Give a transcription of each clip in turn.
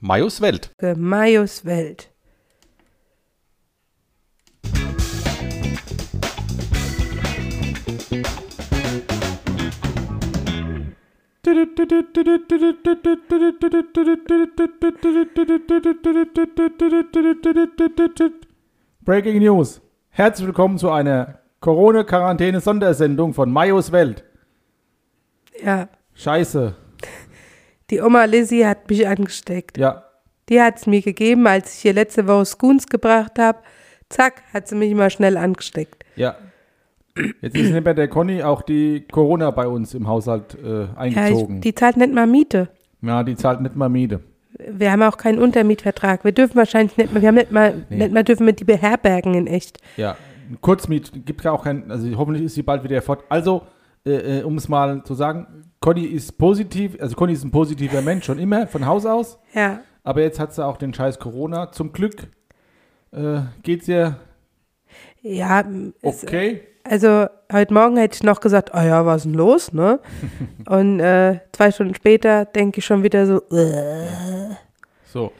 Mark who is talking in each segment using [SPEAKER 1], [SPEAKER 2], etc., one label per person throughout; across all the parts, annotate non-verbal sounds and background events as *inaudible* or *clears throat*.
[SPEAKER 1] Majos Welt.
[SPEAKER 2] Majos Welt.
[SPEAKER 3] Breaking News. Herzlich willkommen zu einer Corona-Quarantäne-Sondersendung von Majos Welt.
[SPEAKER 2] Ja,
[SPEAKER 3] Scheiße.
[SPEAKER 2] die Oma Lizzie hat mich angesteckt.
[SPEAKER 3] Ja,
[SPEAKER 2] Die hat es mir gegeben, als ich ihr letzte Woche Scoons gebracht habe. Zack, hat sie mich mal schnell angesteckt.
[SPEAKER 3] ja. Jetzt ist neben der Conny auch die Corona bei uns im Haushalt äh,
[SPEAKER 2] Ja, ich,
[SPEAKER 3] eingezogen. Ja,
[SPEAKER 2] die zahlt nicht mal Miete.
[SPEAKER 3] die, zahlt nicht mal Miete.
[SPEAKER 2] Wir haben auch keinen Untermietvertrag. Wir dürfen wahrscheinlich nicht mal, wir haben nicht mal,
[SPEAKER 3] Nee.
[SPEAKER 2] nicht mal dürfen wir die beherbergen in echt.
[SPEAKER 3] Ja, Kurzmiet gibt ja auch keinen, also hoffentlich ist sie bald wieder fort. Also, äh, äh, um es mal zu sagen, Conny ist positiv, also Conny ist ein positiver Mensch schon immer von Haus aus,
[SPEAKER 2] Ja,
[SPEAKER 3] aber jetzt hat sie auch den scheiß Corona. Zum Glück äh, geht's ihr
[SPEAKER 2] ja, m, es-
[SPEAKER 3] okay.
[SPEAKER 2] also heute Morgen hätte ich noch gesagt, ah ja, was ist denn
[SPEAKER 3] *laughs*
[SPEAKER 2] los, ne? Und äh, zwei Stunden später denke ich schon wieder so, äh,
[SPEAKER 3] So.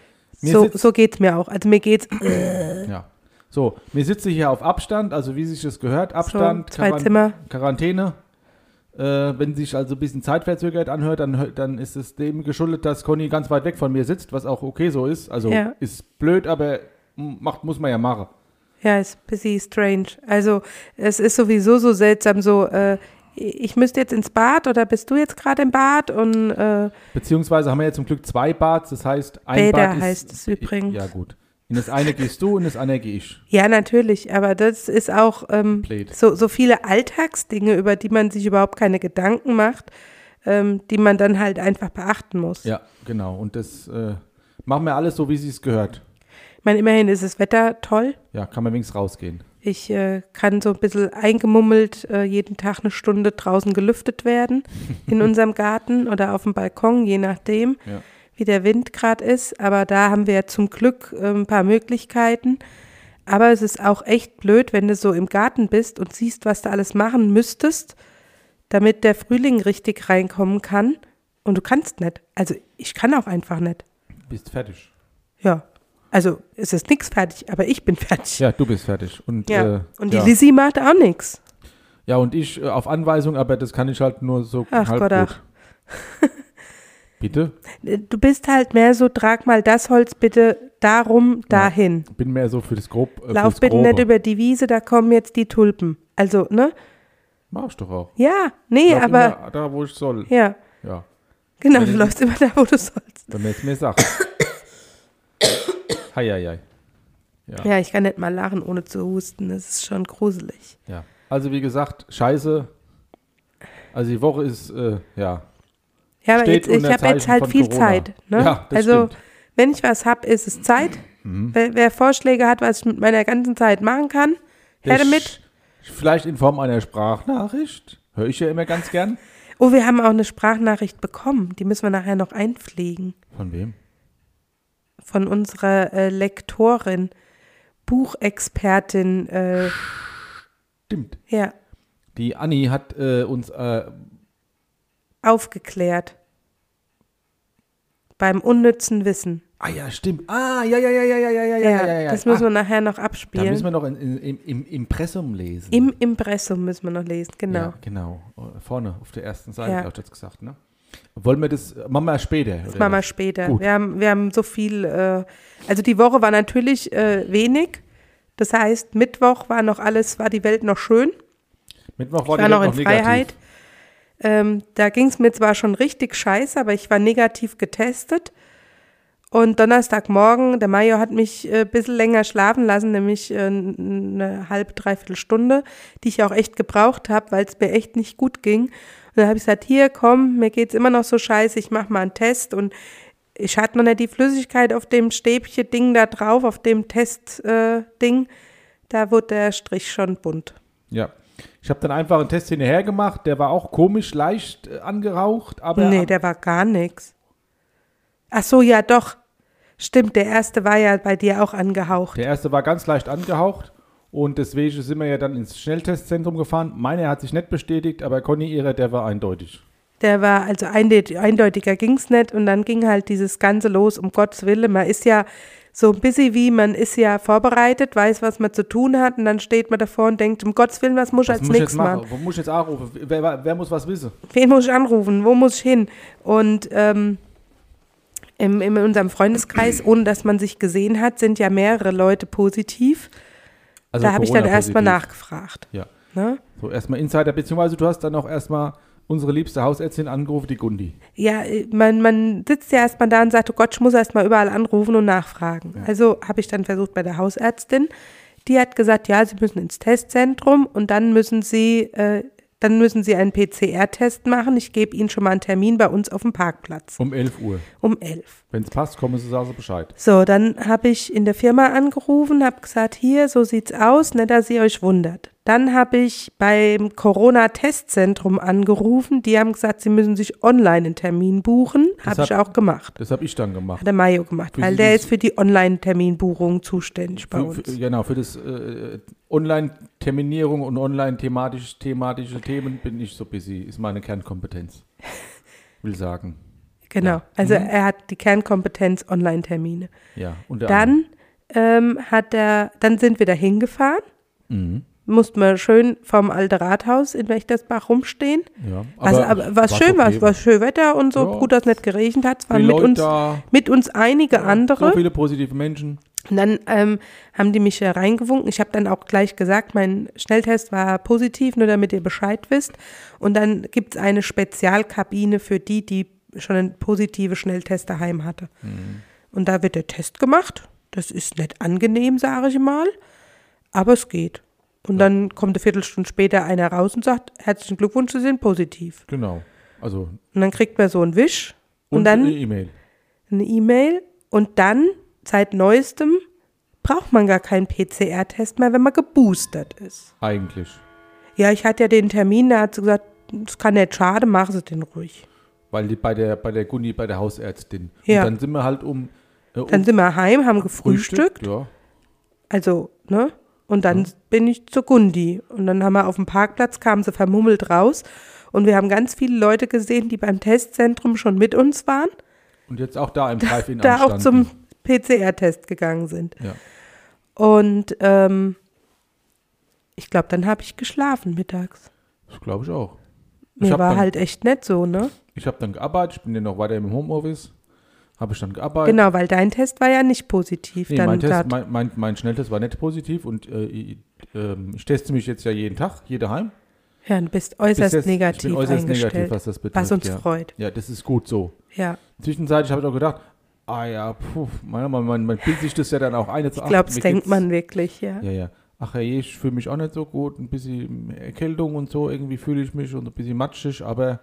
[SPEAKER 3] Mir
[SPEAKER 2] so, äh,
[SPEAKER 3] sitzt-
[SPEAKER 2] so geht's mir auch. Also mir geht's
[SPEAKER 3] Ja. So, mir sitze hier auf Abstand, also wie sich das gehört, Abstand,
[SPEAKER 2] zwei
[SPEAKER 3] Quaran-
[SPEAKER 2] Zimmer.
[SPEAKER 3] Quarantäne. Äh, wenn sich also ein bisschen zeitverzögert anhört, dann, hö- dann ist es dem geschuldet, dass Conny ganz weit weg von mir sitzt, was auch okay so ist. Also
[SPEAKER 2] Ja.
[SPEAKER 3] ist blöd, aber m- macht, muss man ja machen.
[SPEAKER 2] Ja, ist ein bisschen strange. Also es ist sowieso so seltsam, so äh, ich müsste jetzt ins Bad oder bist du jetzt gerade im Bad und äh,
[SPEAKER 3] Beziehungsweise haben wir ja zum Glück zwei Bads, das heißt, ein
[SPEAKER 2] Bäder
[SPEAKER 3] Bad ist,
[SPEAKER 2] heißt es übrigens.
[SPEAKER 3] Ja, gut. In das eine gehst du, in das andere gehe ich.
[SPEAKER 2] ja natürlich, aber das ist auch ähm,
[SPEAKER 3] Blöd.
[SPEAKER 2] so, so viele Alltagsdinge, über die man sich überhaupt keine Gedanken macht, ähm, die man dann halt einfach beachten muss.
[SPEAKER 3] Ja, genau. Und das äh, machen wir alles so, wie sie es gehört.
[SPEAKER 2] Ich meine, immerhin ist das Wetter toll.
[SPEAKER 3] Ja, kann man wenigstens rausgehen.
[SPEAKER 2] Ich äh, kann so ein bisschen eingemummelt äh, jeden Tag eine Stunde draußen gelüftet werden,
[SPEAKER 3] *laughs*
[SPEAKER 2] in unserem Garten oder auf dem Balkon, je nachdem,
[SPEAKER 3] Ja.
[SPEAKER 2] wie der Wind gerade ist. Aber da haben wir ja zum Glück äh, ein paar Möglichkeiten. Aber es ist auch echt blöd, wenn du so im Garten bist und siehst, was du alles machen müsstest, damit der Frühling richtig reinkommen kann. Und du kannst nicht. Also ich kann auch einfach nicht.
[SPEAKER 3] Bist fertig.
[SPEAKER 2] Ja. Also es ist nichts fertig, aber ich bin *laughs* fertig.
[SPEAKER 3] Ja, du bist fertig. Und,
[SPEAKER 2] Ja.
[SPEAKER 3] Äh,
[SPEAKER 2] und die
[SPEAKER 3] ja.
[SPEAKER 2] Lizzie macht auch nichts.
[SPEAKER 3] Ja, und ich äh, auf Anweisung, aber das kann ich halt nur so
[SPEAKER 2] Ach
[SPEAKER 3] halb
[SPEAKER 2] Gott,
[SPEAKER 3] gut.
[SPEAKER 2] ach.
[SPEAKER 3] Bitte?
[SPEAKER 2] Du bist halt mehr so, trag mal das Holz bitte darum, dahin.
[SPEAKER 3] Bin mehr so für das grob. Äh,
[SPEAKER 2] Lauf
[SPEAKER 3] fürs
[SPEAKER 2] bitte
[SPEAKER 3] Grobe.
[SPEAKER 2] nicht über die Wiese, da kommen jetzt die Tulpen. Also, ne?
[SPEAKER 3] Mach ich doch auch.
[SPEAKER 2] Ja, nee,
[SPEAKER 3] Lauf
[SPEAKER 2] aber
[SPEAKER 3] immer da, wo ich soll.
[SPEAKER 2] ja,
[SPEAKER 3] Ja.
[SPEAKER 2] genau,
[SPEAKER 3] Wenn
[SPEAKER 2] du
[SPEAKER 3] ich-
[SPEAKER 2] läufst immer *laughs* da, wo du sollst.
[SPEAKER 3] Wenn man jetzt mir *coughs* sagt. Heieiei. Ja.
[SPEAKER 2] Ja, ich kann nicht mal lachen, ohne zu husten. Das ist schon gruselig.
[SPEAKER 3] Ja. Also, wie gesagt, scheiße. Also, die Woche ist, äh, ja.
[SPEAKER 2] Ja, aber
[SPEAKER 3] Steht
[SPEAKER 2] jetzt, ich
[SPEAKER 3] unter
[SPEAKER 2] habe jetzt
[SPEAKER 3] Zeichen
[SPEAKER 2] halt
[SPEAKER 3] von
[SPEAKER 2] viel
[SPEAKER 3] Corona.
[SPEAKER 2] Zeit. Ne?
[SPEAKER 3] Ja, das
[SPEAKER 2] also,
[SPEAKER 3] stimmt. Mhm.
[SPEAKER 2] wenn ich was hab, ist es Zeit. Wer, wer Vorschläge hat, was ich mit meiner ganzen Zeit machen kann, her
[SPEAKER 3] Ich-
[SPEAKER 2] damit.
[SPEAKER 3] Vielleicht in Form einer Sprachnachricht. Höre ich ja immer ganz gern.
[SPEAKER 2] Oh, wir haben auch eine Sprachnachricht bekommen. Die müssen wir nachher noch einpflegen.
[SPEAKER 3] Von wem?
[SPEAKER 2] von unserer äh, Lektorin, Buchexpertin, äh,
[SPEAKER 3] Stimmt.
[SPEAKER 2] ja,
[SPEAKER 3] Die Anni hat äh, uns äh,
[SPEAKER 2] aufgeklärt. Beim unnützen Wissen.
[SPEAKER 3] Ah ja, stimmt. Ah, ja, ja, ja, ja, ja, ja, ja, ja, ja, ja.
[SPEAKER 2] Das müssen
[SPEAKER 3] ah,
[SPEAKER 2] wir nachher noch
[SPEAKER 3] da müssen
[SPEAKER 2] abspielen.
[SPEAKER 3] wir noch in, in, im, im Impressum lesen.
[SPEAKER 2] Im Impressum müssen wir noch lesen, genau.
[SPEAKER 3] Ja, genau. Oh, Vorne auf der ersten Seite,
[SPEAKER 2] Ja.
[SPEAKER 3] ja. ich jetzt gesagt, ne? Wollen wir das, machen wir später.
[SPEAKER 2] Das
[SPEAKER 3] oder
[SPEAKER 2] machen wir
[SPEAKER 3] was?
[SPEAKER 2] später.
[SPEAKER 3] genau. Gut.
[SPEAKER 2] Wir haben, wir haben so viel, äh, also die Woche war natürlich äh, wenig. Das heißt, Mittwoch war noch alles, war die Welt noch schön.
[SPEAKER 3] Mittwoch
[SPEAKER 2] Ich
[SPEAKER 3] war,
[SPEAKER 2] war
[SPEAKER 3] die
[SPEAKER 2] noch
[SPEAKER 3] Welt
[SPEAKER 2] in
[SPEAKER 3] negativ.
[SPEAKER 2] Freiheit. Ähm, da ging es mir zwar schon richtig scheiße, aber ich war negativ getestet. Und Donnerstagmorgen, der Mario hat mich äh, ein bisschen länger schlafen lassen, nämlich äh, eine halbe, dreiviertel Stunde, die ich auch echt gebraucht habe, weil es mir echt nicht gut ging. Und dann habe ich gesagt, hier, komm, mir geht's immer noch so scheiße, ich mache mal einen Test. Und ich hatte noch nicht die Flüssigkeit auf dem Stäbchen Ding da drauf, auf dem Test-Ding. da wurde der Strich schon bunt.
[SPEAKER 3] Ja. Ich habe dann einfach einen Test hinterher gemacht, der war auch komisch leicht äh, angeraucht, aber
[SPEAKER 2] nee, der war gar nix. Ach so, ja, doch. Stimmt, der erste war ja bei dir auch angehaucht.
[SPEAKER 3] der erste war ganz leicht angehaucht und deswegen sind wir ja dann ins Schnelltestzentrum gefahren. Meiner hat sich nicht bestätigt, aber Conny ihrer, der war eindeutig.
[SPEAKER 2] Der war also einde- eindeutiger ging's nicht und dann ging halt dieses Ganze los, um Gottes Willen. Man ist ja so ein bisschen wie, man ist ja vorbereitet, weiß, was man zu tun hat und dann steht man davor und denkt, um Gottes Willen, was muss ich
[SPEAKER 3] Was
[SPEAKER 2] als
[SPEAKER 3] muss ich jetzt
[SPEAKER 2] nächstes
[SPEAKER 3] machen?
[SPEAKER 2] machen?
[SPEAKER 3] Wo muss ich jetzt anrufen? Wer, wer, wer muss was wissen?
[SPEAKER 2] Wen muss ich anrufen? Wo muss ich hin? Und ähm, im, in unserem Freundeskreis, ohne dass man sich gesehen hat, sind ja mehrere Leute positiv.
[SPEAKER 3] Also
[SPEAKER 2] da habe ich dann
[SPEAKER 3] Corona-positiv.
[SPEAKER 2] erstmal nachgefragt.
[SPEAKER 3] Ja.
[SPEAKER 2] Ne?
[SPEAKER 3] So, erstmal Insider, beziehungsweise du hast dann auch erstmal unsere liebste Hausärztin angerufen, die Gundi.
[SPEAKER 2] Ja, äh, man, man sitzt ja erstmal da und sagt, oh Gott, ich muss erstmal überall anrufen und nachfragen. Also habe ich dann versucht bei der Hausärztin. Die hat gesagt, ja, sie müssen ins Testzentrum und dann müssen sie, äh, dann müssen sie einen PCR-Test machen. Ich gebe ihnen schon mal einen Termin bei uns auf dem Parkplatz
[SPEAKER 3] Um 11 Uhr.
[SPEAKER 2] um elf.
[SPEAKER 3] Wenn es passt, kommen sie sagen sie Bescheid.
[SPEAKER 2] So, dann habe ich in der Firma angerufen, habe gesagt, hier, so sieht's aus, ne, dass ihr euch wundert. Dann habe ich beim Corona-Testzentrum angerufen. Die haben gesagt, sie müssen sich online einen Termin buchen.
[SPEAKER 3] Das
[SPEAKER 2] Habe ich
[SPEAKER 3] hab-
[SPEAKER 2] auch gemacht.
[SPEAKER 3] Das habe ich dann gemacht.
[SPEAKER 2] Hat der Mayo gemacht,
[SPEAKER 3] Für
[SPEAKER 2] weil
[SPEAKER 3] die
[SPEAKER 2] der
[SPEAKER 3] ist-
[SPEAKER 2] ist für die Online-Terminbuchung zuständig bei
[SPEAKER 3] Für, für,
[SPEAKER 2] uns.
[SPEAKER 3] genau, für das äh, Online-Terminierung und online-thematische thematische Themen bin ich so busy, ist meine Kernkompetenz.
[SPEAKER 2] *laughs*
[SPEAKER 3] Will sagen.
[SPEAKER 2] Genau. Also
[SPEAKER 3] Mhm.
[SPEAKER 2] er hat die Kernkompetenz Online-Termine.
[SPEAKER 3] Ja. unter anderem.
[SPEAKER 2] Dann ähm, hat er, dann sind wir da hingefahren.
[SPEAKER 3] Mhm.
[SPEAKER 2] Mussten wir schön vom Alte Rathaus in Wächtersbach rumstehen.
[SPEAKER 3] Ja,
[SPEAKER 2] Was,
[SPEAKER 3] aber
[SPEAKER 2] Also, aber, was
[SPEAKER 3] war's
[SPEAKER 2] schön war,
[SPEAKER 3] okay.
[SPEAKER 2] es war schön Wetter und so,
[SPEAKER 3] Ja.
[SPEAKER 2] gut, dass es nicht geregnet hat. Es waren
[SPEAKER 3] Die
[SPEAKER 2] mit
[SPEAKER 3] Leute
[SPEAKER 2] uns,
[SPEAKER 3] da.
[SPEAKER 2] mit uns einige andere.
[SPEAKER 3] So Genau, viele positive Menschen.
[SPEAKER 2] Und dann ähm, haben die mich äh, reingewunken. Ich habe dann auch gleich gesagt, mein Schnelltest war positiv, nur damit ihr Bescheid wisst. Und dann gibt's eine Spezialkabine für die, die schon einen positiven Schnelltest daheim hatte.
[SPEAKER 3] Mhm.
[SPEAKER 2] Und da wird der Test gemacht. Das ist nicht angenehm, sage ich mal, aber es geht. Und dann kommt eine Viertelstunde später einer raus und sagt, herzlichen Glückwunsch, Sie sind positiv.
[SPEAKER 3] Genau. Also
[SPEAKER 2] Und dann kriegt man so einen Wisch und, dann
[SPEAKER 3] eine E-Mail.
[SPEAKER 2] eine E-Mail und dann seit neuestem braucht man gar keinen PCR-Test mehr, wenn man geboostert ist.
[SPEAKER 3] Eigentlich.
[SPEAKER 2] Ja, ich hatte ja den Termin, da hat sie gesagt, das kann nicht schade, machen Sie den ruhig.
[SPEAKER 3] Weil die bei der bei der Gundi, bei der Hausärztin.
[SPEAKER 2] Ja.
[SPEAKER 3] Und dann sind wir halt um, äh, um
[SPEAKER 2] Dann sind wir heim, haben gefrühstückt,
[SPEAKER 3] Ja.
[SPEAKER 2] also, ne? Und dann bin ich zu Gundi und dann haben wir auf dem Parkplatz, kamen sie vermummelt raus und wir haben ganz viele Leute gesehen, die beim Testzentrum schon mit uns waren,
[SPEAKER 3] Und jetzt auch da im Drive-In
[SPEAKER 2] da auch
[SPEAKER 3] anstanden.
[SPEAKER 2] zum PCR-Test gegangen sind.
[SPEAKER 3] Ja.
[SPEAKER 2] Und ähm, ich glaube, dann habe ich geschlafen mittags.
[SPEAKER 3] Das glaube ich auch. Ich
[SPEAKER 2] Mir
[SPEAKER 3] hab
[SPEAKER 2] war
[SPEAKER 3] dann-
[SPEAKER 2] halt echt nett so, ne?
[SPEAKER 3] Ich habe dann gearbeitet, ich bin dann noch weiter im Homeoffice. Habe ich dann gearbeitet.
[SPEAKER 2] Genau, weil dein Test war ja nicht positiv.
[SPEAKER 3] Äh, Nee,
[SPEAKER 2] dann
[SPEAKER 3] mein, Test,
[SPEAKER 2] grad.
[SPEAKER 3] mein, mein, mein Schnelltest war nicht positiv und äh, ich, ähm, ich teste mich jetzt ja jeden Tag, hier daheim.
[SPEAKER 2] ja, du bist äußerst
[SPEAKER 3] jetzt- ich bin
[SPEAKER 2] negativ
[SPEAKER 3] äußerst
[SPEAKER 2] eingestellt.
[SPEAKER 3] negativ, was das betrifft,
[SPEAKER 2] Was uns
[SPEAKER 3] ja.
[SPEAKER 2] freut.
[SPEAKER 3] Ja, das ist gut so.
[SPEAKER 2] Ja,
[SPEAKER 3] Zwischenzeitlich habe ich auch gedacht, ah ja, puh, man, man, man, man bildet sich das ja dann auch ein. Jetzt,
[SPEAKER 2] ich
[SPEAKER 3] ach,
[SPEAKER 2] glaube, das
[SPEAKER 3] mir
[SPEAKER 2] denkt
[SPEAKER 3] geht's-
[SPEAKER 2] man wirklich, ja.
[SPEAKER 3] Ja, ja. Ach je, ich fühle mich auch nicht so gut, ein bisschen Erkältung und so, irgendwie fühle ich mich und ein bisschen matschig, aber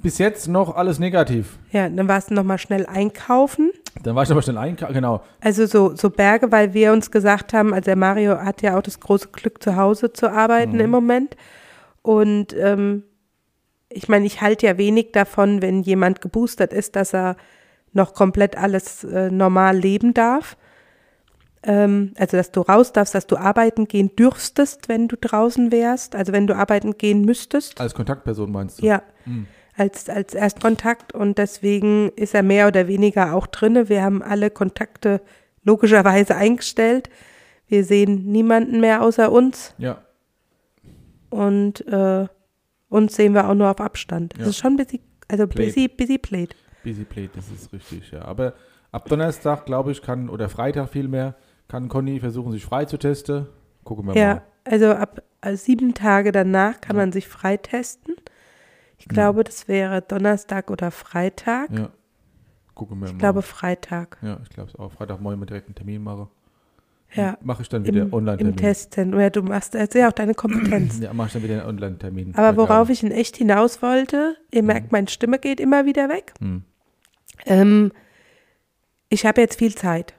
[SPEAKER 3] bis jetzt noch alles negativ.
[SPEAKER 2] Ja, dann warst du nochmal schnell einkaufen.
[SPEAKER 3] Dann war ich aber schnell einkaufen, genau.
[SPEAKER 2] Also so, so Berge, weil wir uns gesagt haben, also der Mario hat ja auch das große Glück, zu Hause zu arbeiten im Moment. Und ähm, ich meine, ich halte ja wenig davon, wenn jemand geboostert ist, dass er noch komplett alles äh, normal leben darf. Ähm, also, dass du raus darfst, dass du arbeiten gehen dürftest, wenn du draußen wärst, also wenn du arbeiten gehen müsstest.
[SPEAKER 3] Als Kontaktperson meinst du?
[SPEAKER 2] Ja.
[SPEAKER 3] Hm.
[SPEAKER 2] Als, als Erstkontakt und deswegen ist er mehr oder weniger auch drinne. Wir haben alle Kontakte logischerweise eingestellt. Wir sehen niemanden mehr außer uns
[SPEAKER 3] Ja.
[SPEAKER 2] und äh, uns sehen wir auch nur auf Abstand.
[SPEAKER 3] Ja.
[SPEAKER 2] Das ist schon busy, also
[SPEAKER 3] Played.
[SPEAKER 2] busy, busy played.
[SPEAKER 3] Busy Plate, das ist richtig, ja. Aber ab Donnerstag, glaube ich, kann, oder Freitag vielmehr, kann Conny versuchen, sich frei zu testen. Gucken wir
[SPEAKER 2] Ja,
[SPEAKER 3] mal.
[SPEAKER 2] also ab äh, sieben Tage danach kann man sich freitesten. Ich glaube, das wäre Donnerstag oder Freitag.
[SPEAKER 3] Ja. Gucken wir mal.
[SPEAKER 2] Ich glaube Freitag.
[SPEAKER 3] ja, ich glaube es auch. Freitagmorgen mal direkt einen Termin mache.
[SPEAKER 2] Ja.
[SPEAKER 3] Mache ich dann Hm. wieder
[SPEAKER 2] Im, im
[SPEAKER 3] Online-Termin.
[SPEAKER 2] Testzentrum. Ja, du machst das ist ja auch deine Kompetenz.
[SPEAKER 3] Ja, mache ich dann wieder einen Online-Termin.
[SPEAKER 2] Aber worauf ich in echt hinaus wollte,
[SPEAKER 3] Mhm.
[SPEAKER 2] ihr merkt, meine Stimme geht immer wieder weg.
[SPEAKER 3] Hm.
[SPEAKER 2] Ähm, ich habe jetzt viel Zeit.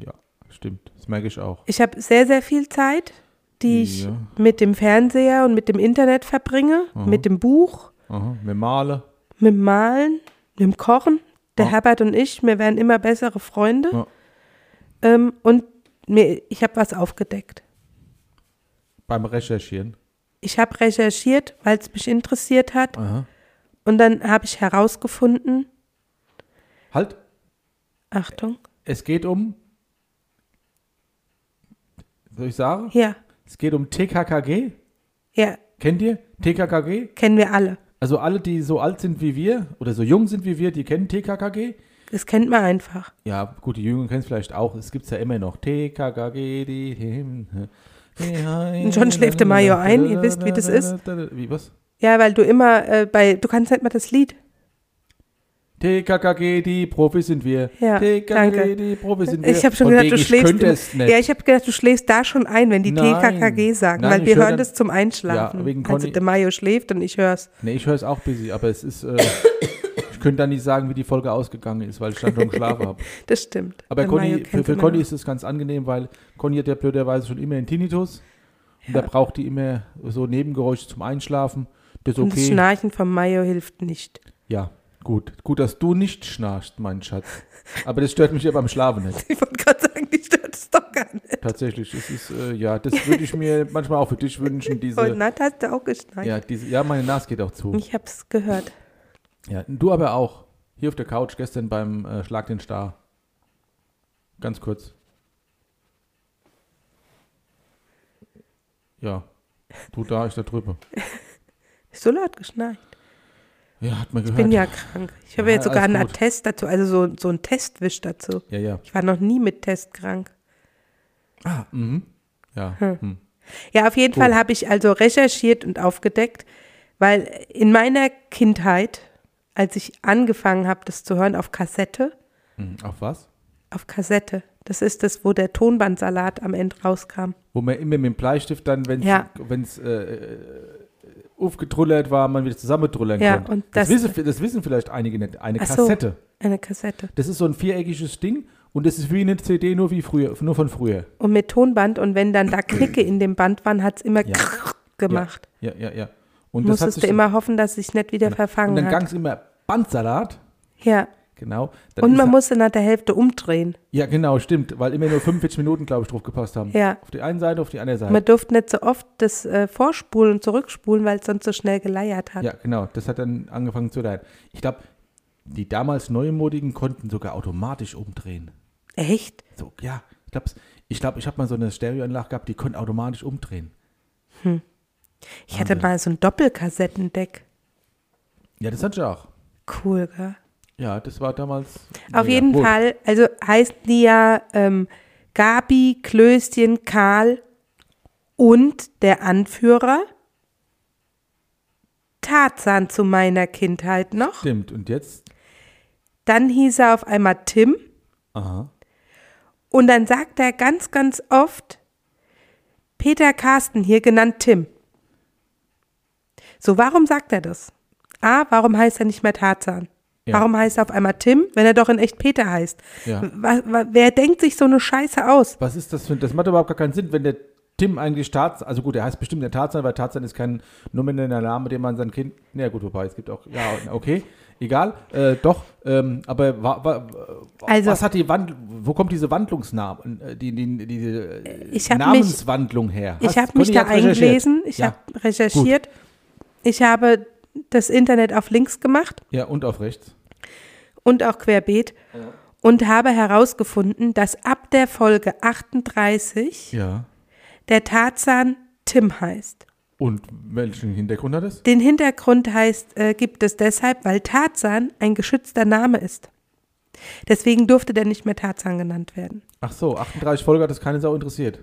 [SPEAKER 3] Ja, stimmt. Das merke ich auch.
[SPEAKER 2] Ich habe sehr, sehr viel Zeit, die ich
[SPEAKER 3] Ja. Mhm.
[SPEAKER 2] mit dem Fernseher und mit dem Internet verbringe, mit dem Buch,
[SPEAKER 3] Aha. Wir male.
[SPEAKER 2] mit dem Malen, mit dem Kochen. Der
[SPEAKER 3] Ja.
[SPEAKER 2] Herbert und ich, wir werden immer bessere Freunde.
[SPEAKER 3] Ja.
[SPEAKER 2] Ähm, und mir, ich habe was aufgedeckt.
[SPEAKER 3] Beim Recherchieren.
[SPEAKER 2] Ich habe recherchiert, weil es mich interessiert hat.
[SPEAKER 3] Aha.
[SPEAKER 2] Und dann habe ich herausgefunden,
[SPEAKER 3] Halt,
[SPEAKER 2] Achtung,
[SPEAKER 3] es geht um. Soll ich sagen?
[SPEAKER 2] ja,
[SPEAKER 3] Es geht um TKKG.
[SPEAKER 2] ja,
[SPEAKER 3] Kennt ihr TKKG?
[SPEAKER 2] kennen wir alle.
[SPEAKER 3] Also alle, die so alt sind wie wir oder so jung sind wie wir, die kennen TKKG.
[SPEAKER 2] Das kennt man einfach.
[SPEAKER 3] Ja, gut, die Jüngeren kennen es vielleicht auch. Es gibt es ja immer noch. TKKG, die
[SPEAKER 2] *laughs*
[SPEAKER 3] Hymne.
[SPEAKER 2] Und schon schläft der Major ein. Ihr wisst, wie das ist.
[SPEAKER 3] Wie, was?
[SPEAKER 2] Ja, weil du immer äh, bei, du kannst halt mal das Lied.
[SPEAKER 3] TKKG, die Profis sind wir.
[SPEAKER 2] Ja,
[SPEAKER 3] TKKG,
[SPEAKER 2] danke.
[SPEAKER 3] die Profis sind wir.
[SPEAKER 2] Ich habe schon
[SPEAKER 3] Von
[SPEAKER 2] gedacht,
[SPEAKER 3] wegen,
[SPEAKER 2] du schläfst.
[SPEAKER 3] Ich könnte
[SPEAKER 2] im-
[SPEAKER 3] es nicht.
[SPEAKER 2] Ja, ich habe gedacht, du schläfst da schon ein, wenn die
[SPEAKER 3] Nein.
[SPEAKER 2] TKKG sagen,
[SPEAKER 3] Nein,
[SPEAKER 2] weil
[SPEAKER 3] ich
[SPEAKER 2] wir
[SPEAKER 3] hör
[SPEAKER 2] hören
[SPEAKER 3] dann-
[SPEAKER 2] das zum Einschlafen.
[SPEAKER 3] Ja, wegen
[SPEAKER 2] also
[SPEAKER 3] Conny-
[SPEAKER 2] der Mayo schläft und ich hör's.
[SPEAKER 3] nee, ich höre es auch busy, aber es ist. Äh, ich könnte dann nicht sagen, wie die Folge ausgegangen ist, weil ich dann schon geschlafen habe.
[SPEAKER 2] Das stimmt.
[SPEAKER 3] Aber
[SPEAKER 2] Der Mayo
[SPEAKER 3] Conny, für,
[SPEAKER 2] Äh, kennt
[SPEAKER 3] für
[SPEAKER 2] immer
[SPEAKER 3] Conny
[SPEAKER 2] noch.
[SPEAKER 3] ist es ganz angenehm, weil Conny hat ja blöderweise schon immer einen Tinnitus. Und da braucht die immer so Nebengeräusche zum Einschlafen. Das ist
[SPEAKER 2] Und das
[SPEAKER 3] okay.
[SPEAKER 2] Schnarchen von Mayo hilft nicht. *laughs*
[SPEAKER 3] Ja, gut. Gut, dass du nicht schnarchst, mein Schatz. Aber das stört mich ja beim Schlafen
[SPEAKER 2] *laughs*
[SPEAKER 3] nicht.
[SPEAKER 2] Ich wollte gerade sagen, die stört es doch gar nicht.
[SPEAKER 3] Tatsächlich. Es ist, äh, ja, das würde ich mir manchmal auch für dich wünschen,
[SPEAKER 2] Heute
[SPEAKER 3] diese.
[SPEAKER 2] Nacht hast du auch geschnarcht.
[SPEAKER 3] Ja, diese, ja, meine Nase geht auch zu.
[SPEAKER 2] Ich hab's gehört.
[SPEAKER 3] Ja, du aber auch. Hier auf der Couch gestern beim äh, Schlag den Star. Ganz kurz. Ja, du da, ich da drüber.
[SPEAKER 2] Ist so laut geschnarcht.
[SPEAKER 3] Ja, hat man
[SPEAKER 2] Ich
[SPEAKER 3] gehört.
[SPEAKER 2] bin ja krank. Ich habe
[SPEAKER 3] Ja,
[SPEAKER 2] jetzt sogar
[SPEAKER 3] alles
[SPEAKER 2] einen
[SPEAKER 3] gut.
[SPEAKER 2] Attest dazu, also so, so einen Testwisch dazu.
[SPEAKER 3] ja, ja.
[SPEAKER 2] Ich war noch nie mit Test krank.
[SPEAKER 3] ja. Hm.
[SPEAKER 2] Ja, auf jeden Fall habe ich also recherchiert und aufgedeckt, weil in meiner Kindheit, als ich angefangen habe, das zu hören auf Kassette,
[SPEAKER 3] Hm. Auf was?
[SPEAKER 2] auf Kassette, das ist das, wo der Tonbandsalat am Ende rauskam.
[SPEAKER 3] Wo man immer mit dem Bleistift dann, wenn es
[SPEAKER 2] Ja.
[SPEAKER 3] wenn's, äh, äh, aufgetrullert war, man wieder zusammentrullern
[SPEAKER 2] Ja,
[SPEAKER 3] konnte.
[SPEAKER 2] und
[SPEAKER 3] das,
[SPEAKER 2] das-
[SPEAKER 3] wissen, das wissen vielleicht einige nicht. Eine
[SPEAKER 2] Ach so.
[SPEAKER 3] Kassette.
[SPEAKER 2] Eine Kassette.
[SPEAKER 3] Das ist so ein viereckiges Ding und das ist wie eine CD, nur wie früher, nur von früher.
[SPEAKER 2] Und mit Tonband, und wenn dann da Knicke in dem Band waren, hat es immer krrrr gemacht.
[SPEAKER 3] Ja, ja, ja. Und das hat
[SPEAKER 2] Musstest
[SPEAKER 3] sich
[SPEAKER 2] du
[SPEAKER 3] dann-
[SPEAKER 2] immer hoffen, dass sich nicht wieder
[SPEAKER 3] Und
[SPEAKER 2] verfangen
[SPEAKER 3] dann
[SPEAKER 2] hat.
[SPEAKER 3] gang's immer Bandsalat.
[SPEAKER 2] Ja.
[SPEAKER 3] Genau. Dann
[SPEAKER 2] Und
[SPEAKER 3] ist
[SPEAKER 2] man
[SPEAKER 3] er-
[SPEAKER 2] musste nach der Hälfte umdrehen.
[SPEAKER 3] Ja, genau, stimmt. Weil immer nur 45 Minuten, glaube ich, drauf gepasst haben.
[SPEAKER 2] Ja.
[SPEAKER 3] Auf die eine Seite, auf die andere Seite.
[SPEAKER 2] Man durfte nicht so oft das äh, vorspulen und zurückspulen, weil es sonst so schnell geleiert hat.
[SPEAKER 3] ja, genau. Das hat dann angefangen zu leiden. Ich glaube, die damals Neumodigen konnten sogar automatisch umdrehen.
[SPEAKER 2] Echt?
[SPEAKER 3] So, ja. Ich glaube, ich, glaub, ich habe mal so eine Stereoanlage gehabt, die konnte automatisch umdrehen.
[SPEAKER 2] Ich hatte mal so ein Doppelkassettendeck.
[SPEAKER 3] Ja, das hatte ich auch.
[SPEAKER 2] Cool, gell?
[SPEAKER 3] Ja, das war damals.
[SPEAKER 2] Auf
[SPEAKER 3] mega
[SPEAKER 2] jeden
[SPEAKER 3] cool.
[SPEAKER 2] Fall, also heißen die ja ähm, Gabi, Klößchen, Karl und der Anführer Tarzan zu meiner Kindheit noch.
[SPEAKER 3] Stimmt. Und jetzt?
[SPEAKER 2] Dann hieß er auf einmal Tim.
[SPEAKER 3] Aha.
[SPEAKER 2] Und dann sagt er ganz, ganz oft Peter Carsten, hier genannt Tim. So, warum sagt er das? A, warum heißt er nicht mehr Tarzan?
[SPEAKER 3] Ja.
[SPEAKER 2] Warum heißt er auf einmal Tim, wenn er doch in echt Peter heißt?
[SPEAKER 3] Ja.
[SPEAKER 2] Wa- wa- Wer denkt sich so eine Scheiße aus?
[SPEAKER 3] Was ist das für ein. Das macht überhaupt gar keinen Sinn, wenn der Tim eigentlich Tarzan. Also gut, er heißt bestimmt der Tarzan, weil Tarzan ist kein nomineller Name, den man sein Kind. Na ja, gut, wobei es gibt auch. Ja, okay. Egal. Äh, doch. Ähm, aber wa, wa,
[SPEAKER 2] Also-
[SPEAKER 3] was hat die Wandl Wo kommt diese Wandlungsnamen? äh, Die, die, diese äh,
[SPEAKER 2] Ich hab mich-
[SPEAKER 3] Namenswandlung her?
[SPEAKER 2] Ich
[SPEAKER 3] Hast-
[SPEAKER 2] habe
[SPEAKER 3] Conny
[SPEAKER 2] mich da
[SPEAKER 3] hat's recherchiert.
[SPEAKER 2] eingelesen, ich
[SPEAKER 3] ja.
[SPEAKER 2] habe recherchiert, ich habe das Internet auf links gemacht
[SPEAKER 3] ja, und auf rechts.
[SPEAKER 2] und auch querbeet und habe herausgefunden, dass ab der Folge 38
[SPEAKER 3] Ja.
[SPEAKER 2] der Tarzan Tim heißt.
[SPEAKER 3] Und welchen Hintergrund hat es?
[SPEAKER 2] Den Hintergrund heißt, äh, gibt es deshalb, weil Tarzan ein geschützter Name ist. Deswegen durfte der nicht mehr Tarzan genannt werden.
[SPEAKER 3] Ach so, 38 Folge hat es keine Sau interessiert.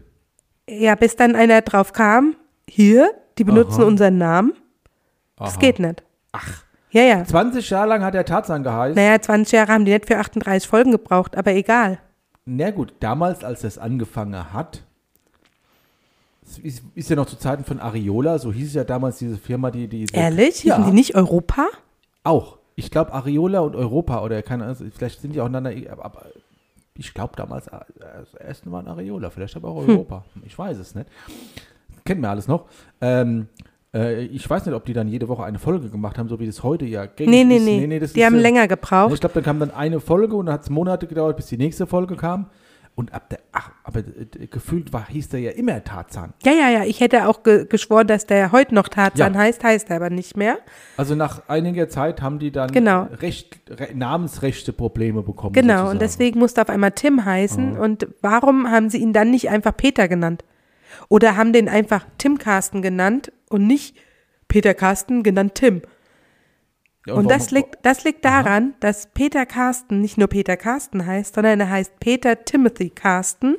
[SPEAKER 2] Ja, bis dann einer drauf kam, hier, die benutzen unseren Namen, das geht nicht. Ach. Ja, ja.
[SPEAKER 3] 20 Jahre lang hat der Tarzan geheißen.
[SPEAKER 2] Naja, 20 Jahre haben die nicht für 38 Folgen gebraucht, aber egal.
[SPEAKER 3] Na gut, damals, als das angefangen hat, es ist, ist ja noch zu Zeiten von Ariola, so hieß ja damals diese Firma, die diese.
[SPEAKER 2] Ehrlich?
[SPEAKER 3] Ja,
[SPEAKER 2] Hießen die nicht Europa?
[SPEAKER 3] auch. Ich glaube, Ariola und Europa oder keine Ahnung, vielleicht sind die auch einander. aber- Aber ich glaube damals, äh, das erste Mal Ariola, vielleicht aber
[SPEAKER 2] Hm.
[SPEAKER 3] auch Europa. Ich weiß es nicht. Kennen wir alles noch. Ähm, äh, ich weiß nicht, ob die dann jede Woche eine Folge gemacht haben, so wie das heute ja gängig
[SPEAKER 2] Nee, nee,
[SPEAKER 3] ist.
[SPEAKER 2] nee.
[SPEAKER 3] das
[SPEAKER 2] die
[SPEAKER 3] ist äh,
[SPEAKER 2] haben
[SPEAKER 3] ja-
[SPEAKER 2] länger
[SPEAKER 3] ja,
[SPEAKER 2] gebraucht.
[SPEAKER 3] Ich glaube, dann kam dann eine Folge und dann hat es Monate gedauert, bis die nächste Folge kam. Und ab der, ach, aber äh, gefühlt war, hieß der ja immer Tarzan.
[SPEAKER 2] Ja, ja, ja. Ich hätte auch ge geschworen, dass der heute noch Tarzan
[SPEAKER 3] Ja.
[SPEAKER 2] heißt, heißt er aber nicht mehr.
[SPEAKER 3] Also nach einiger Zeit haben die dann
[SPEAKER 2] Genau.
[SPEAKER 3] Recht, Re namensrechte Probleme bekommen.
[SPEAKER 2] Genau,
[SPEAKER 3] sozusagen.
[SPEAKER 2] und deswegen musste auf einmal Tim heißen.
[SPEAKER 3] Mhm.
[SPEAKER 2] Und warum haben sie ihn dann nicht einfach Peter genannt? Oder haben den einfach Tim Carsten genannt und nicht Peter Carsten genannt Tim?
[SPEAKER 3] Ja,
[SPEAKER 2] Und
[SPEAKER 3] warum-
[SPEAKER 2] das liegt, das liegt daran, dass Peter Carsten nicht nur Peter Carsten heißt, sondern er heißt Peter Timothy Carsten.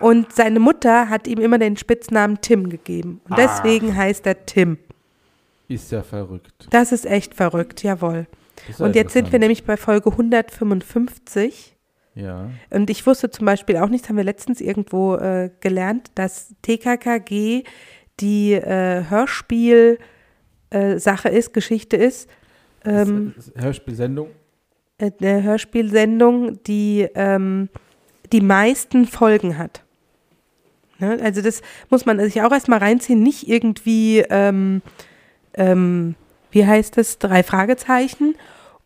[SPEAKER 2] Und seine Mutter hat ihm immer den Spitznamen Tim gegeben.
[SPEAKER 3] Ah.
[SPEAKER 2] Und deswegen heißt er Tim.
[SPEAKER 3] Ist ja verrückt.
[SPEAKER 2] Das ist echt verrückt, jawohl.
[SPEAKER 3] Ist ja
[SPEAKER 2] Und jetzt sind wir
[SPEAKER 3] interessant.
[SPEAKER 2] nämlich bei Folge 155.
[SPEAKER 3] Ja.
[SPEAKER 2] Und ich wusste zum Beispiel auch nicht, haben wir letztens irgendwo äh, gelernt, dass TKKG die äh, Hörspiel-Sache ist, Geschichte ist, ähm,
[SPEAKER 3] Das ist Hörspielsendung.
[SPEAKER 2] äh, eine Hörspielsendung, die ähm, die meisten Folgen hat. Ne? Also das muss man sich auch erstmal reinziehen, nicht irgendwie, ähm, ähm, wie heißt das, drei Fragezeichen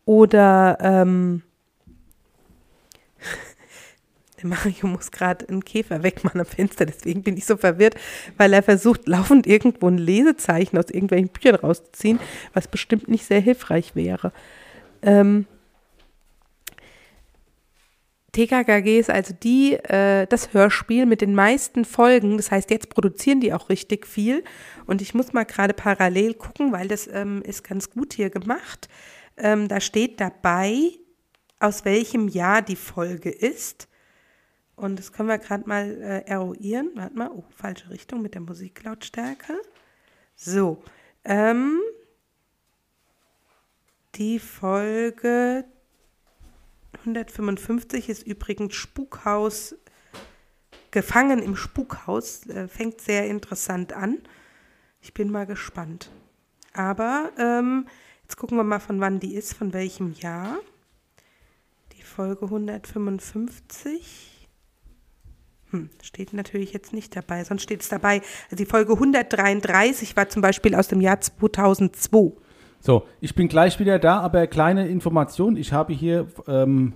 [SPEAKER 2] oder ähm, *laughs* der Mario muss gerade einen Käfer wegmachen am Fenster, deswegen bin ich so verwirrt, weil er versucht laufend irgendwo ein Lesezeichen aus irgendwelchen Büchern rauszuziehen, was bestimmt nicht sehr hilfreich wäre. Ähm, TKKG ist also die, äh, das Hörspiel mit den meisten Folgen. Das heißt, jetzt produzieren die auch richtig viel. Und ich muss mal gerade parallel gucken, weil das ähm, ist ganz gut hier gemacht. Ähm, da steht dabei, aus welchem Jahr die Folge ist. Und das können wir gerade mal äh, eruieren. Warte mal, oh, falsche Richtung mit der Musiklautstärke. So, ähm, die Folge 155 ist übrigens Spukhaus, Gefangen im Spukhaus, äh, fängt sehr interessant an. Ich bin mal gespannt. Aber ähm, jetzt gucken wir mal, von wann die ist, von welchem Jahr. Die Folge 155 hm, steht natürlich jetzt nicht dabei, sonst steht es dabei. Also die Folge 133 war zum Beispiel aus dem Jahr 2002.
[SPEAKER 3] So, ich bin gleich wieder da, aber kleine Information. Ich habe hier ähm,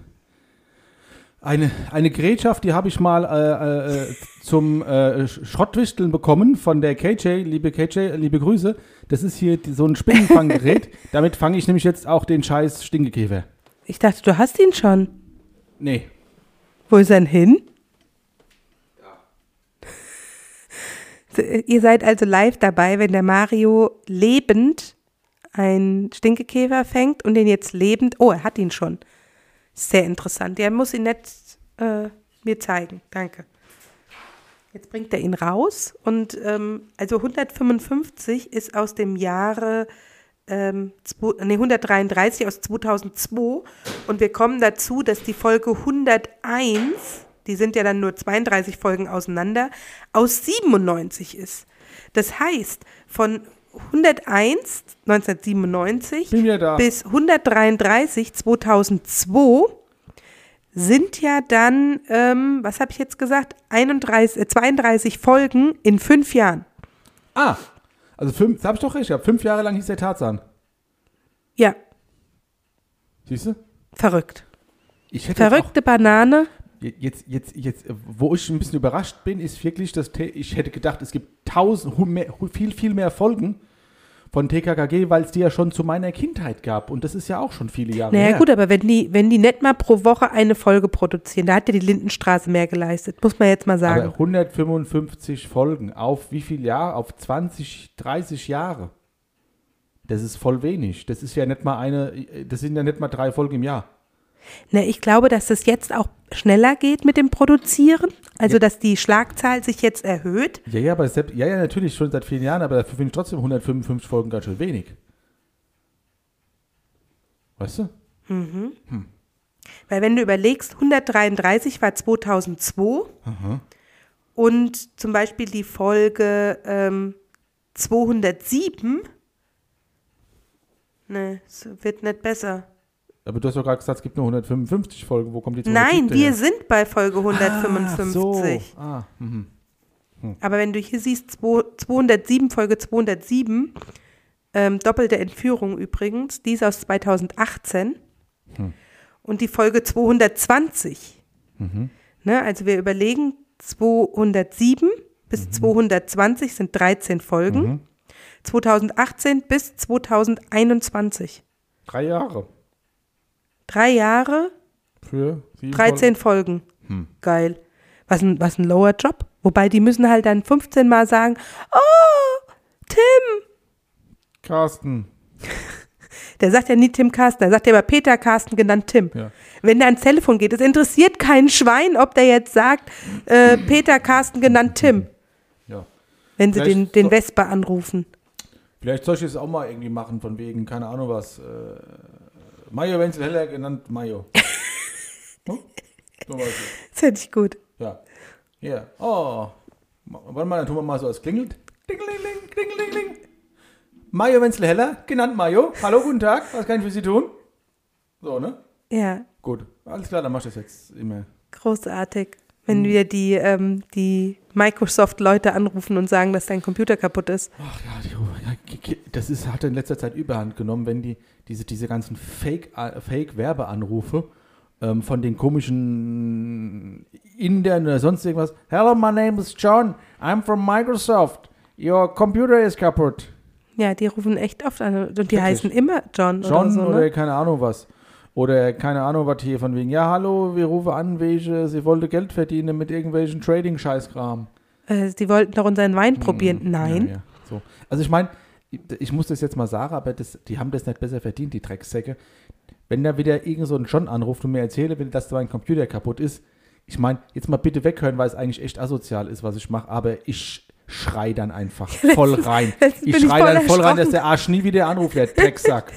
[SPEAKER 3] eine, eine Gerätschaft, die habe ich mal äh, äh, zum äh, Sch- Schrottwichteln bekommen von der KJ. Liebe KJ, liebe Grüße. Das ist hier die, so ein Spinnenfanggerät. Damit fange ich nämlich jetzt auch den scheiß Stinkekäfer.
[SPEAKER 2] Ich dachte, du hast ihn schon.
[SPEAKER 3] Nee.
[SPEAKER 2] Wo ist er denn hin? *laughs* Ihr seid also live dabei, wenn der Mario lebend einen Stinkekäfer fängt und den jetzt lebend. Oh, er hat ihn schon. Sehr interessant. Er muss ihn nicht äh, mir zeigen. Danke. Jetzt bringt er ihn raus und ähm, also 155 ist aus dem Jahre ähm, zwo- nee, 133 aus 2002 und wir kommen dazu, dass die Folge 101, die sind ja dann nur 32 Folgen auseinander, aus 97 ist. Das heißt, von 101 1997
[SPEAKER 3] Bin wieder da.
[SPEAKER 2] bis 133 2002 sind ja dann, ähm, was habe ich jetzt gesagt, 31, äh, 32 Folgen in fünf Jahren.
[SPEAKER 3] Ah, also fünf, das habe ich doch recht gehabt. Fünf Jahre lang hieß der Tarzan.
[SPEAKER 2] Ja,
[SPEAKER 3] Siehst du?
[SPEAKER 2] verrückt.
[SPEAKER 3] Ich hätte jetzt auch
[SPEAKER 2] Verrückte Banane.
[SPEAKER 3] Je- Jetzt, jetzt, jetzt, äh, wo ich ein bisschen überrascht bin, ist wirklich, dass T- ich hätte gedacht, es gibt tausend, hu- mehr, hu- viel, viel mehr Folgen von TKKG, weil es die ja schon zu meiner Kindheit gab. Und das ist ja auch schon viele Jahre
[SPEAKER 2] Naja,
[SPEAKER 3] her.
[SPEAKER 2] gut, aber wenn die, wenn die nicht mal pro Woche eine Folge produzieren, da hat ja die Lindenstraße mehr geleistet, muss man jetzt mal
[SPEAKER 3] Aber
[SPEAKER 2] sagen.
[SPEAKER 3] 155 Folgen auf wie viel Jahre? Auf 20, 30 Jahre. Das ist voll wenig. Das ist ja nicht mal eine, äh, das sind ja nicht mal drei Folgen im Jahr.
[SPEAKER 2] Na, ich glaube, dass das jetzt auch schneller geht mit dem Produzieren, also dass die Schlagzahl sich jetzt erhöht.
[SPEAKER 3] Ja, ja, aber selbst, ja, ja, natürlich schon seit vielen Jahren, aber dafür finde ich trotzdem 155 Folgen ganz schön wenig. Weißt du?
[SPEAKER 2] Weil wenn du überlegst, 133 war 2002 und zum Beispiel die Folge ähm, 207, ne, es wird nicht besser.
[SPEAKER 3] Aber du hast doch gerade gesagt, es gibt nur 155 Folgen. Wo kommen die
[SPEAKER 2] Nein,
[SPEAKER 3] 270
[SPEAKER 2] wir
[SPEAKER 3] her?
[SPEAKER 2] sind bei Folge 155.
[SPEAKER 3] Ach so. Ah, mhm.
[SPEAKER 2] Aber wenn du hier siehst, zwo- 207, Folge 207, ähm, doppelte Entführung übrigens, die ist aus 2018. Und die Folge 220. Ne? Also wir überlegen 207 bis 220 sind 13 Folgen. 2018 bis 2021.
[SPEAKER 3] Drei Jahre.
[SPEAKER 2] Drei Jahre,
[SPEAKER 3] Für sieben
[SPEAKER 2] 13 Folgen.
[SPEAKER 3] Hm.
[SPEAKER 2] Geil. Was ein, was ein lower Job. Wobei die müssen halt dann 15 Mal sagen, oh, Tim.
[SPEAKER 3] Folgen. Carsten.
[SPEAKER 2] Der sagt ja nie Tim Carsten, der sagt ja immer Peter Carsten, genannt Tim.
[SPEAKER 3] Ja.
[SPEAKER 2] Wenn der ans Telefon geht, es interessiert keinen Schwein, ob der jetzt sagt, äh, Peter Carsten, genannt Tim,
[SPEAKER 3] Ja.
[SPEAKER 2] wenn sie den,
[SPEAKER 3] Vielleicht
[SPEAKER 2] den
[SPEAKER 3] so-
[SPEAKER 2] Vespa anrufen.
[SPEAKER 3] Vielleicht soll ich es auch mal irgendwie machen, von wegen, keine Ahnung was. Äh, Mayo Wenzel Heller genannt
[SPEAKER 2] *laughs*
[SPEAKER 3] Mayo. hm? So was.
[SPEAKER 2] Das hätte ich gut.
[SPEAKER 3] Ja. Ja. Oh. Ma- Warte mal, dann tun wir mal so, als klingelt. Klingelingeling, klingelingeling. Mayo Wenzel Heller, genannt Mayo. Hallo, guten Tag. Was kann ich für Sie tun? So, ne?
[SPEAKER 2] Ja,
[SPEAKER 3] Gut. Alles klar, dann mach ich das jetzt immer.
[SPEAKER 2] großartig. Wenn wir die, ähm, die Microsoft-Leute anrufen und sagen, dass dein Computer kaputt ist.
[SPEAKER 3] Ach ja, die, ja, Ki- Ki- das ist, hat in letzter Zeit überhand genommen, wenn die diese, diese ganzen Fake- äh, Fake-Werbeanrufe ähm, von den komischen Indern oder sonst irgendwas. Hello, my name is John. I'm from Microsoft. Your computer is kaputt.
[SPEAKER 2] Ja, die rufen echt oft an. Und die
[SPEAKER 3] Wirklich?
[SPEAKER 2] heißen immer John,
[SPEAKER 3] John
[SPEAKER 2] oder so.
[SPEAKER 3] oder
[SPEAKER 2] Ne?
[SPEAKER 3] keine Ahnung was. Oder keine Ahnung was hier von wegen. Ja, hallo, wir rufen an, welche, sie wollte Geld verdienen mit irgendwelchen Trading-Scheißkram.
[SPEAKER 2] Äh, die wollten doch unseren Wein probieren. Nein.
[SPEAKER 3] Hm, Ja, ja. So. Also ich meine, ich muss das jetzt mal sagen, aber das, die haben das nicht besser verdient, die Drecksäcke. Wenn da wieder irgend so ein John anruft und mir erzähle, will, dass mein Computer kaputt ist, ich meine, jetzt mal bitte weghören, weil es eigentlich echt asozial ist, was ich mache, aber ich schrei dann
[SPEAKER 2] *laughs*
[SPEAKER 3] einfach voll rein.
[SPEAKER 2] letztens
[SPEAKER 3] Ich
[SPEAKER 2] bin ich
[SPEAKER 3] schrei
[SPEAKER 2] voll
[SPEAKER 3] dann voll rein, dass
[SPEAKER 2] erschrocken.
[SPEAKER 3] der Arsch nie wieder anruft, der Drecksack.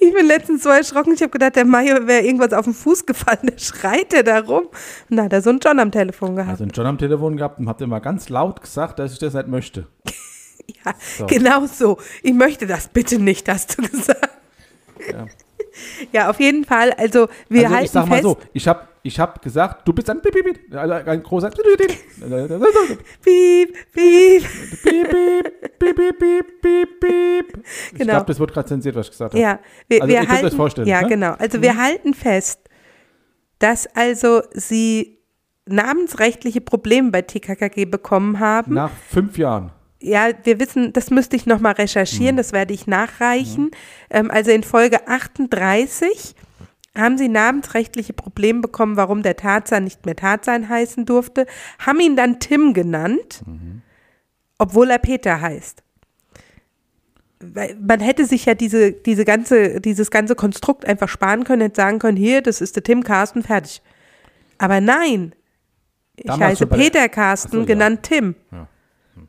[SPEAKER 2] Ich bin letztens so erschrocken. Ich habe gedacht, der Mayo wäre irgendwas auf den Fuß gefallen. *laughs* Der schreit er da rum. Und da hat er so einen John am Telefon gehabt.
[SPEAKER 3] Also einen John am Telefon gehabt und hab dem mal ganz laut gesagt, dass ich das nicht möchte.
[SPEAKER 2] ja, genau so. Ich möchte das bitte nicht, hast du gesagt.
[SPEAKER 3] Ja.
[SPEAKER 2] *laughs* Ja, auf jeden Fall. Also, wir
[SPEAKER 3] also
[SPEAKER 2] halten
[SPEAKER 3] ich sag mal
[SPEAKER 2] fest.
[SPEAKER 3] so, ich hab, ich hab gesagt, du bist ein Piep, Piep, Piep. Also ein großer Piep,
[SPEAKER 2] Piep, piep.
[SPEAKER 3] Piep, Piep, Piep, Piep, Piep, Piep, Piep. Ich
[SPEAKER 2] Genau.
[SPEAKER 3] glaube, das wird gerade zensiert, was ich gesagt habe.
[SPEAKER 2] Ja, wir,
[SPEAKER 3] Also
[SPEAKER 2] wir
[SPEAKER 3] ihr könnt
[SPEAKER 2] halten,
[SPEAKER 3] euch vorstellen,
[SPEAKER 2] Ja,
[SPEAKER 3] ne?
[SPEAKER 2] genau. Also wir halten fest, dass also sie namensrechtliche Probleme bei TKKG bekommen haben.
[SPEAKER 3] Nach fünf Jahren.
[SPEAKER 2] Ja, wir wissen, das müsste ich nochmal
[SPEAKER 3] Mhm.
[SPEAKER 2] recherchieren, das werde ich nachreichen. Ähm, also in Folge 38 haben sie namensrechtliche Probleme bekommen, warum der Tarzan nicht mehr Tarzan heißen durfte, haben ihn dann Tim genannt,
[SPEAKER 3] Mhm.
[SPEAKER 2] obwohl er Peter heißt. Weil man hätte sich ja diese, diese ganze, dieses ganze Konstrukt einfach sparen können, hätte sagen können, hier, das ist der Tim Carsten, fertig. Aber nein, ich
[SPEAKER 3] Damals
[SPEAKER 2] heiße
[SPEAKER 3] schon bei der-
[SPEAKER 2] Peter Carsten,
[SPEAKER 3] Ach so, ja.
[SPEAKER 2] genannt Tim.
[SPEAKER 3] Ja. Hm.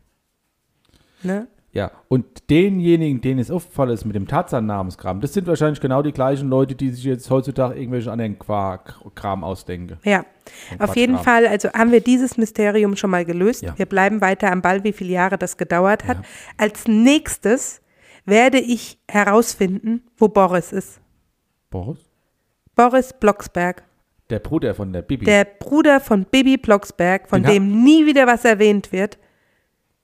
[SPEAKER 2] Ne?
[SPEAKER 3] Ja, und denjenigen, denen es aufgefallen ist mit dem Tarzan-Namenskram, das sind wahrscheinlich genau die gleichen Leute, die sich jetzt heutzutage irgendwelchen anderen Quark- Kram ausdenken.
[SPEAKER 2] Ja, auf
[SPEAKER 3] Quatsch
[SPEAKER 2] jeden
[SPEAKER 3] haben.
[SPEAKER 2] Fall, also haben wir dieses Mysterium schon mal gelöst.
[SPEAKER 3] Ja.
[SPEAKER 2] Wir bleiben weiter am Ball, wie viele Jahre das gedauert hat. Als nächstes werde ich herausfinden, wo Boris ist.
[SPEAKER 3] Boris?
[SPEAKER 2] Boris Blocksberg,
[SPEAKER 3] Der Bruder von der Bibi.
[SPEAKER 2] der Bruder von Bibi Blocksberg, von
[SPEAKER 3] Den ha-
[SPEAKER 2] dem nie wieder was erwähnt wird.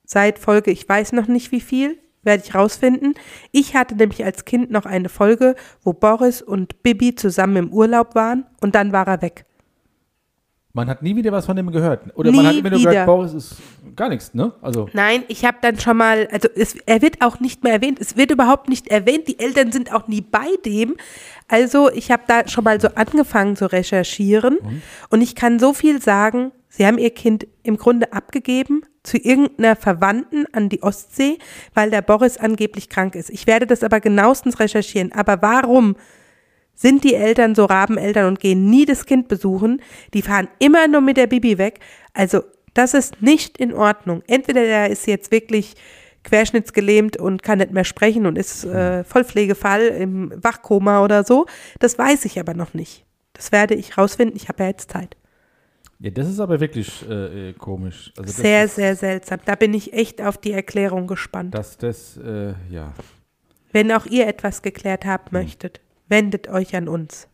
[SPEAKER 2] Seit Folge, ich weiß noch nicht wie viel, werde ich rausfinden. Ich hatte nämlich als Kind noch eine Folge, wo Boris und Bibi zusammen im Urlaub waren und dann war er weg.
[SPEAKER 3] Man hat nie wieder was von dem gehört. Oder
[SPEAKER 2] Nie
[SPEAKER 3] man hat immer nur
[SPEAKER 2] wieder.
[SPEAKER 3] gehört, Boris ist gar nichts, ne? Also,
[SPEAKER 2] Nein, ich habe dann schon mal, also es, er wird auch nicht mehr erwähnt, es wird überhaupt nicht erwähnt, die Eltern sind auch nie bei dem. Also ich habe da schon mal so angefangen zu recherchieren und? ich kann so viel sagen, sie haben ihr Kind im Grunde abgegeben zu irgendeiner Verwandten an die Ostsee, weil der Boris angeblich krank ist. Ich werde das aber genauestens recherchieren. Aber warum sind die Eltern so Rabeneltern und gehen nie das Kind besuchen. Die fahren immer nur mit der Bibi weg. Also das ist nicht in Ordnung. Entweder der ist jetzt wirklich querschnittsgelähmt und kann nicht mehr sprechen und ist
[SPEAKER 3] Hm.
[SPEAKER 2] äh, Vollpflegefall im Wachkoma oder so. Das weiß ich aber noch nicht. Das werde ich rausfinden. Ich habe ja jetzt Zeit.
[SPEAKER 3] ja, das ist aber wirklich äh, äh, komisch. Also das
[SPEAKER 2] Sehr,
[SPEAKER 3] ist,
[SPEAKER 2] sehr seltsam. Da bin ich echt auf die Erklärung gespannt.
[SPEAKER 3] Dass das, äh, ja.
[SPEAKER 2] Wenn auch ihr etwas geklärt habt
[SPEAKER 3] Hm.
[SPEAKER 2] möchtet, wendet euch an uns.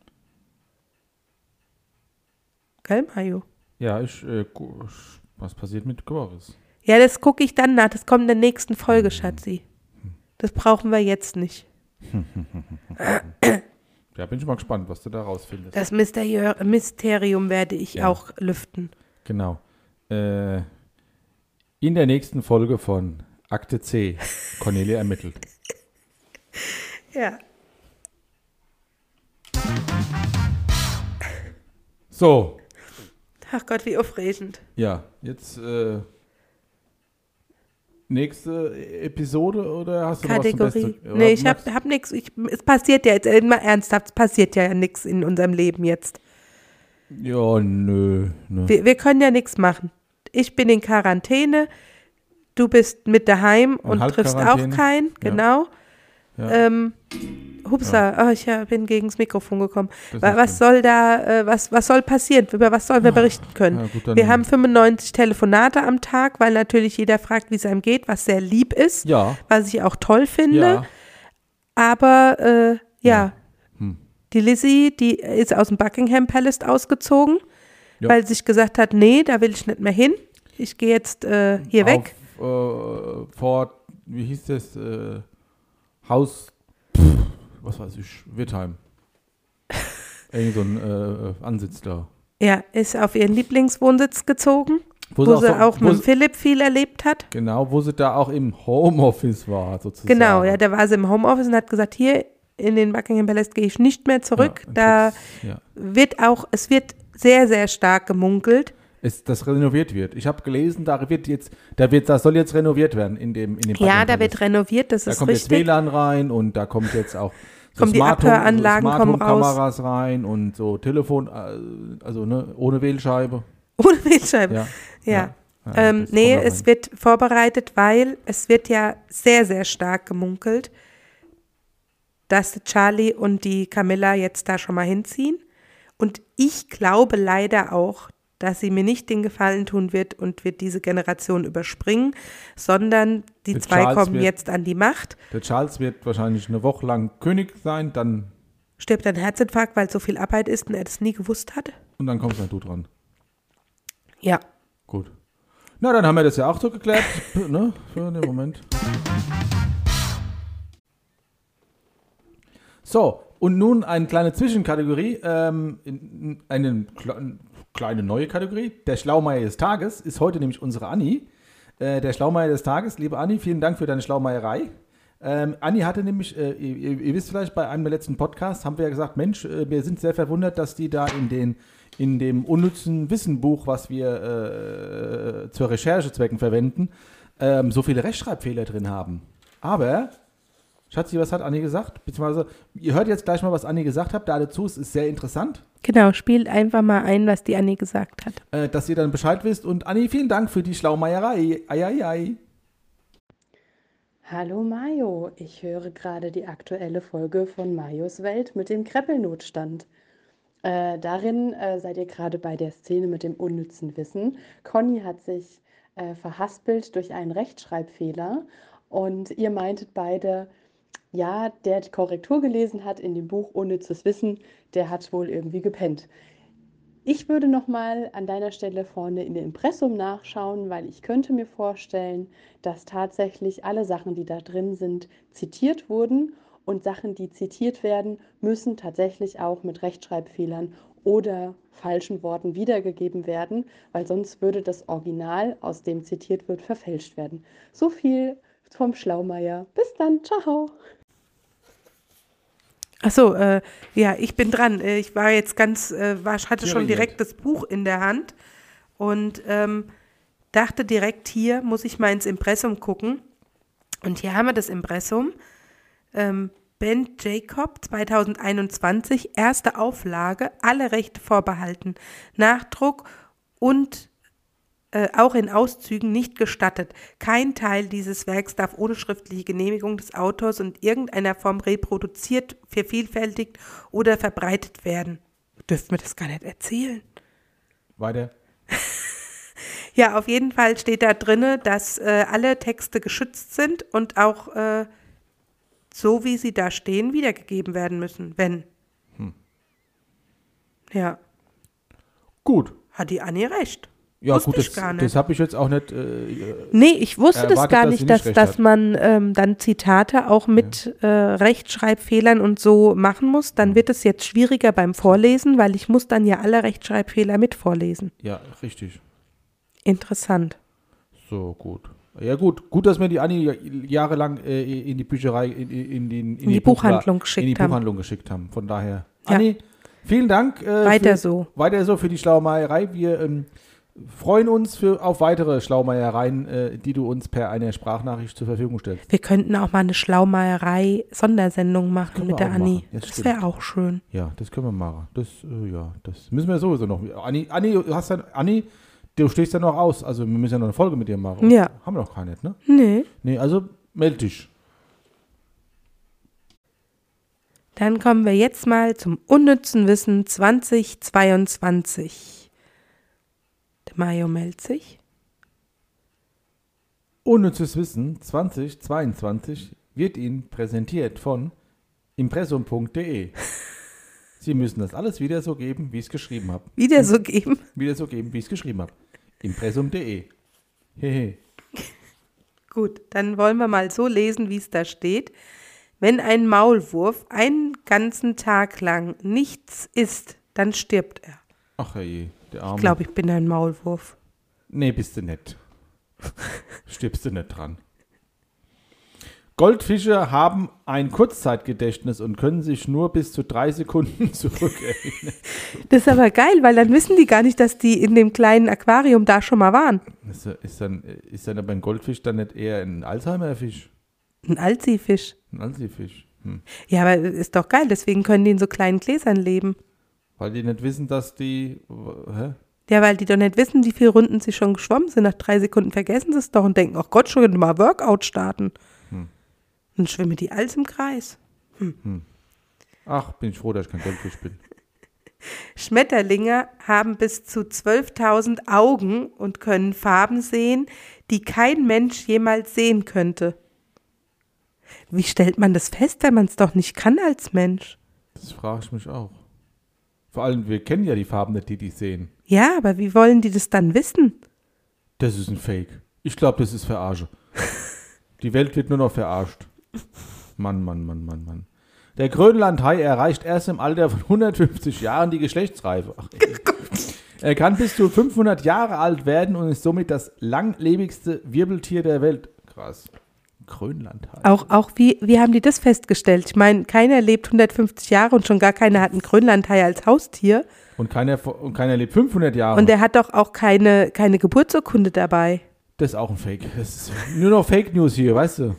[SPEAKER 2] Gell, Mario?
[SPEAKER 3] Ja, ich, äh, gu- ich- was passiert mit Boris?
[SPEAKER 2] Ja, das gucke ich dann nach. Das kommt in der nächsten Folge, Schatzi. Das brauchen wir jetzt nicht.
[SPEAKER 3] Da bin ich mal gespannt, was du da rausfindest.
[SPEAKER 2] Das Mysteriö- Mysterium werde ich
[SPEAKER 3] Ja.
[SPEAKER 2] auch lüften.
[SPEAKER 3] Genau. Äh, in der nächsten Folge von Akte C, Cornelia ermittelt.
[SPEAKER 2] Ja.
[SPEAKER 3] So,
[SPEAKER 2] Ach Gott, wie aufregend.
[SPEAKER 3] ja, jetzt äh, nächste Episode oder hast du noch was zum
[SPEAKER 2] Kategorie.
[SPEAKER 3] Besten? Oder
[SPEAKER 2] Nee, ich hab,
[SPEAKER 3] magst-
[SPEAKER 2] hab nix. Ich, es passiert ja jetzt äh, mal ernsthaft, es passiert ja nix in unserem Leben jetzt.
[SPEAKER 3] Ja, nö, nö.
[SPEAKER 2] Wir, wir können ja nichts machen. Ich bin in Quarantäne, du bist mit daheim und, triffst auch
[SPEAKER 3] Halbquarantäne.
[SPEAKER 2] keinen,
[SPEAKER 3] Ja.
[SPEAKER 2] genau.
[SPEAKER 3] Ja.
[SPEAKER 2] Ähm, hupsa, oh, ich äh, bin gegens Mikrofon gekommen.
[SPEAKER 3] Das ist
[SPEAKER 2] Wa-
[SPEAKER 3] nicht
[SPEAKER 2] Was soll da, äh, was, was soll passieren? Über was sollen wir berichten können?
[SPEAKER 3] ja, gut, dann-
[SPEAKER 2] wir haben 95 Telefonate am Tag, weil natürlich jeder fragt, wie es einem geht, was sehr lieb ist,
[SPEAKER 3] Ja,
[SPEAKER 2] was ich auch toll finde.
[SPEAKER 3] ja,
[SPEAKER 2] Aber äh, ja,
[SPEAKER 3] Ja. Hm.
[SPEAKER 2] die Lizzie, die ist aus dem Buckingham Palace ausgezogen,
[SPEAKER 3] Ja.
[SPEAKER 2] weil sie sich gesagt hat, nee, da will ich nicht mehr hin. Ich gehe jetzt äh, hier weg.
[SPEAKER 3] Auf, äh, Fort, wie hieß das? Äh, Haus, pff, was weiß ich,
[SPEAKER 2] *laughs*
[SPEAKER 3] Wittheim. Irgend so ein äh, Ansitz da.
[SPEAKER 2] Ja, ist auf ihren Lieblingswohnsitz gezogen,
[SPEAKER 3] Wo,
[SPEAKER 2] wo sie auch
[SPEAKER 3] wo
[SPEAKER 2] mit
[SPEAKER 3] sie-
[SPEAKER 2] Philipp viel erlebt hat.
[SPEAKER 3] Genau, wo sie da auch im Homeoffice war, sozusagen.
[SPEAKER 2] Genau, ja, da war sie im Homeoffice und hat gesagt, hier in den Buckingham Palace gehe ich nicht mehr zurück. da
[SPEAKER 3] das- ja.
[SPEAKER 2] wird auch, es wird sehr, sehr stark gemunkelt.
[SPEAKER 3] Ist, das renoviert wird. Ich habe gelesen, da wird jetzt, da wird, das soll jetzt renoviert werden in dem, in dem
[SPEAKER 2] Ja,
[SPEAKER 3] Buckingham
[SPEAKER 2] da wird
[SPEAKER 3] Palace.
[SPEAKER 2] renoviert, das
[SPEAKER 3] Da
[SPEAKER 2] ist
[SPEAKER 3] kommt jetzt
[SPEAKER 2] richtig.
[SPEAKER 3] WLAN rein und da kommt jetzt auch so
[SPEAKER 2] *laughs* Kommen die
[SPEAKER 3] Home-
[SPEAKER 2] Abhöranlagen
[SPEAKER 3] so
[SPEAKER 2] kommen raus.
[SPEAKER 3] Kameras rein und so Telefon, äh, also ne, ohne Wählscheibe.
[SPEAKER 2] *laughs* Ohne Wildscheibe.
[SPEAKER 3] Ja.
[SPEAKER 2] Ja.
[SPEAKER 3] Ja,
[SPEAKER 2] Ähm,
[SPEAKER 3] das kommt
[SPEAKER 2] nee,
[SPEAKER 3] da
[SPEAKER 2] es
[SPEAKER 3] rein.
[SPEAKER 2] wird vorbereitet, weil es wird ja sehr, sehr stark gemunkelt, dass Charlie und die Camilla jetzt da schon mal hinziehen. Und ich glaube leider auch, dass sie mir nicht den Gefallen tun wird und wird diese Generation überspringen, sondern die
[SPEAKER 3] Der
[SPEAKER 2] zwei
[SPEAKER 3] Charles
[SPEAKER 2] kommen
[SPEAKER 3] wird-
[SPEAKER 2] jetzt an die Macht,
[SPEAKER 3] Der Charles wird wahrscheinlich eine Woche lang König sein, dann
[SPEAKER 2] stirbt an Herzinfarkt, weil so viel Arbeit ist und er das nie gewusst hat.
[SPEAKER 3] und dann kommst dann du dran.
[SPEAKER 2] Ja.
[SPEAKER 3] Gut. Na, dann haben wir das ja auch so geklärt, *laughs* ne, für den Moment. So, und nun eine kleine Zwischenkategorie, ähm, in- in- eine kle- kleine neue Kategorie. Der Schlaumeier des Tages ist heute nämlich unsere Anni. Äh, der Schlaumeier des Tages, liebe Anni, vielen Dank für deine Schlaumeierei. Ähm, Anni hatte nämlich, äh, ihr, ihr ihr wisst vielleicht, bei einem der letzten Podcasts haben wir ja gesagt, Mensch, äh, wir sind sehr verwundert, dass die da in, den, in dem unnützen Wissenbuch, was wir äh, zur Recherchezwecken verwenden, ähm, so viele Rechtschreibfehler drin haben. Aber, Schatzi, was hat Anni gesagt? Beziehungsweise, ihr hört jetzt gleich mal, was Anni gesagt hat, da dazu, es ist sehr interessant,
[SPEAKER 2] Genau, spielt einfach mal ein, was die Annie gesagt hat.
[SPEAKER 3] äh, dass ihr dann Bescheid wisst. Und Anni, vielen Dank für die Schlaumeierei. Ei, ei, ei.
[SPEAKER 4] Hallo Mayo, ich höre gerade die aktuelle Folge von Majos Welt mit dem Kreppelnotstand. Äh, darin äh, seid ihr gerade bei der Szene mit dem unnützen Wissen. Conny hat sich äh, verhaspelt durch einen Rechtschreibfehler und ihr meintet beide, ja, der die Korrektur gelesen hat in dem Buch Unnützes Wissen, der hat wohl irgendwie gepennt. Ich würde nochmal an deiner Stelle vorne in den Impressum nachschauen, weil ich könnte mir vorstellen, dass tatsächlich alle Sachen, die da drin sind, zitiert wurden und Sachen, die zitiert werden, müssen tatsächlich auch mit Rechtschreibfehlern oder falschen Worten wiedergegeben werden, weil sonst würde das Original, aus dem zitiert wird, verfälscht werden. So viel vom Schlaumeier. Bis dann, ciao.
[SPEAKER 2] Ach so, äh, ja, ich bin dran. Äh, Ich war jetzt ganz, äh, war, hatte schon
[SPEAKER 3] Irritiert.
[SPEAKER 2] direkt das Buch in der Hand und ähm, dachte direkt, hier muss ich mal ins Impressum gucken. Und hier haben wir das Impressum. Ähm, ben Jacob 2021, erste Auflage, alle Rechte vorbehalten. Nachdruck und äh, auch in Auszügen nicht gestattet. Kein Teil dieses Werks darf ohne schriftliche Genehmigung des Autors und irgendeiner Form reproduziert, vervielfältigt oder verbreitet werden. Dürft mir das gar nicht erzählen.
[SPEAKER 3] Weiter.
[SPEAKER 2] Ja, auf jeden Fall steht da drinne, dass äh, alle Texte geschützt sind und auch äh, so, wie sie da stehen, wiedergegeben werden müssen, wenn.
[SPEAKER 3] Hm.
[SPEAKER 2] Ja,
[SPEAKER 3] Gut.
[SPEAKER 2] hat die Annie recht.
[SPEAKER 3] Ja,
[SPEAKER 2] Wusste
[SPEAKER 3] gut,
[SPEAKER 2] ich
[SPEAKER 3] das,
[SPEAKER 2] gar nicht.
[SPEAKER 3] das habe ich jetzt auch nicht. Äh,
[SPEAKER 2] Nee, ich wusste
[SPEAKER 3] Er
[SPEAKER 2] das
[SPEAKER 3] erwartet,
[SPEAKER 2] gar
[SPEAKER 3] dass sie
[SPEAKER 2] nicht, dass,
[SPEAKER 3] nicht recht
[SPEAKER 2] dass
[SPEAKER 3] hat.
[SPEAKER 2] man ähm, dann Zitate auch mit äh, Rechtschreibfehlern und so machen muss.
[SPEAKER 3] Mhm.
[SPEAKER 2] Dann wird es jetzt schwieriger beim Vorlesen, weil ich muss dann ja alle Rechtschreibfehler mit vorlesen.
[SPEAKER 3] ja, richtig.
[SPEAKER 2] Interessant.
[SPEAKER 3] So, gut. Ja, gut. Gut, dass wir die Anni ja- jahrelang äh, in die Bücherei, in, in, in, die- in,
[SPEAKER 2] die Buchhandlung geschickt
[SPEAKER 3] in die
[SPEAKER 2] haben.
[SPEAKER 3] Buchhandlung geschickt haben. Von daher.
[SPEAKER 2] Ja.
[SPEAKER 3] Anni, vielen Dank. äh,
[SPEAKER 2] Weiter
[SPEAKER 3] für,
[SPEAKER 2] so.
[SPEAKER 3] Weiter so für die Schlaumeierei. Wir ähm, freuen uns für, auf weitere Schlaumeiereien, äh, die du uns per einer Sprachnachricht zur Verfügung stellst.
[SPEAKER 2] Wir könnten auch mal eine Schlaumeierei-Sondersendung machen
[SPEAKER 3] können
[SPEAKER 2] mit
[SPEAKER 3] wir
[SPEAKER 2] der
[SPEAKER 3] auch machen.
[SPEAKER 2] Anni.
[SPEAKER 3] Das
[SPEAKER 2] Das wäre auch schön.
[SPEAKER 3] Ja, das können wir machen. Das, äh, ja, das müssen wir sowieso noch. Anni, Anni, du hast dann, Anni, du stehst ja noch aus. Also wir müssen ja noch eine Folge mit dir machen.
[SPEAKER 2] Ja.
[SPEAKER 3] Haben wir noch keine, ne?
[SPEAKER 2] Nee.
[SPEAKER 3] Nee, also melde dich.
[SPEAKER 2] Dann kommen wir jetzt mal zum unnützen Wissen 2022. Der Mario meldet sich.
[SPEAKER 3] Unnützes Wissen 2022 wird Ihnen präsentiert von impressum.de. Sie müssen das alles wieder so geben, wie ich es geschrieben habe.
[SPEAKER 2] Wieder so
[SPEAKER 3] *laughs*
[SPEAKER 2] geben.
[SPEAKER 3] Wieder so geben, wie ich es geschrieben habe. Impressum.de. Hehe.
[SPEAKER 2] Gut, dann wollen wir mal so lesen, wie es da steht. Wenn ein Maulwurf einen ganzen Tag lang nichts isst, dann stirbt er.
[SPEAKER 3] Ach je, der
[SPEAKER 2] Ich
[SPEAKER 3] Arme.
[SPEAKER 2] glaube, ich bin ein Maulwurf.
[SPEAKER 3] Nee, bist du nett. Stirbst du nicht dran. Goldfische haben ein Kurzzeitgedächtnis und können sich nur bis zu drei Sekunden *laughs* zurückerinnern.
[SPEAKER 2] Das ist aber geil, weil dann wissen die gar nicht, dass die in dem kleinen Aquarium da schon mal waren.
[SPEAKER 3] Ist, er- ist, dann, ist dann aber ein Goldfisch dann nicht eher ein Alzheimer-Fisch?
[SPEAKER 2] Ein Alzi-Fisch.
[SPEAKER 3] Ein Anziehfisch. Hm.
[SPEAKER 2] Ja, aber ist doch geil, deswegen können die in so kleinen Gläsern leben.
[SPEAKER 3] Weil die nicht wissen, dass die. w- Hä?
[SPEAKER 2] Ja, weil die doch nicht wissen, wie viele Runden sie schon geschwommen sind. Nach drei Sekunden vergessen sie es doch und denken, ach Gott, schon mal Workout starten. Dann schwimmen die alles im Kreis.
[SPEAKER 3] Ach, bin ich froh, dass ich kein Goldfisch bin.
[SPEAKER 2] Schmetterlinge haben bis zu 12.000 Augen und können Farben sehen, die kein Mensch jemals sehen könnte. Wie stellt man das fest, wenn man es doch nicht kann als Mensch?
[SPEAKER 3] Das frage ich mich auch. Vor allem, wir kennen ja die Farben nicht, die die sehen.
[SPEAKER 2] Ja, aber wie wollen die das dann wissen?
[SPEAKER 3] Das ist ein Fake. Ich glaube, das ist Verarsche. die Welt wird nur noch verarscht. Mann, Mann, Mann, Mann, Mann. Der Grönlandhai erreicht erst im Alter von 150 Jahren die Geschlechtsreife. Ach, ey. er kann bis zu 500 Jahre alt werden und ist somit das langlebigste Wirbeltier der Welt. Krass. Grönlandhai.
[SPEAKER 2] Auch, auch wie, wie haben die das festgestellt? Ich meine, keiner lebt 150 Jahre und schon gar keiner hat einen Grönlandhai als Haustier.
[SPEAKER 3] Und keiner, und keiner lebt 500 Jahre.
[SPEAKER 2] Und der hat doch auch keine, keine Geburtsurkunde dabei.
[SPEAKER 3] das ist auch ein Fake. Das ist nur noch Fake News hier, weißt du?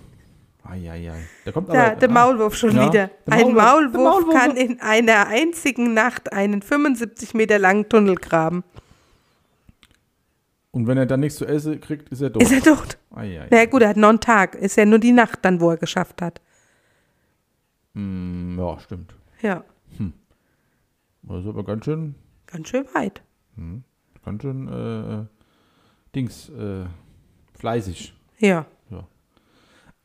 [SPEAKER 3] Eieiei. Da kommt
[SPEAKER 2] Da,
[SPEAKER 3] aber.
[SPEAKER 2] der Maulwurf schon
[SPEAKER 3] ne? Ja,
[SPEAKER 2] wieder.
[SPEAKER 3] der Maulwurf- der
[SPEAKER 2] Ein Maulwurf,
[SPEAKER 3] Maulwurf-
[SPEAKER 2] kann in einer einzigen Nacht einen 75 Meter langen Tunnel graben.
[SPEAKER 3] Und wenn er dann nichts zu essen kriegt, ist er doof.
[SPEAKER 2] Ist er tot?
[SPEAKER 3] Eieiei.
[SPEAKER 2] Na ja, gut, er hat noch einen Tag. Ist ja nur die Nacht dann, wo er geschafft hat.
[SPEAKER 3] Hm, ja, stimmt.
[SPEAKER 2] Ja,
[SPEAKER 3] Das ist aber ganz schön,
[SPEAKER 2] ganz schön weit.
[SPEAKER 3] ganz schön, äh, Dings, äh, fleißig.
[SPEAKER 2] Ja.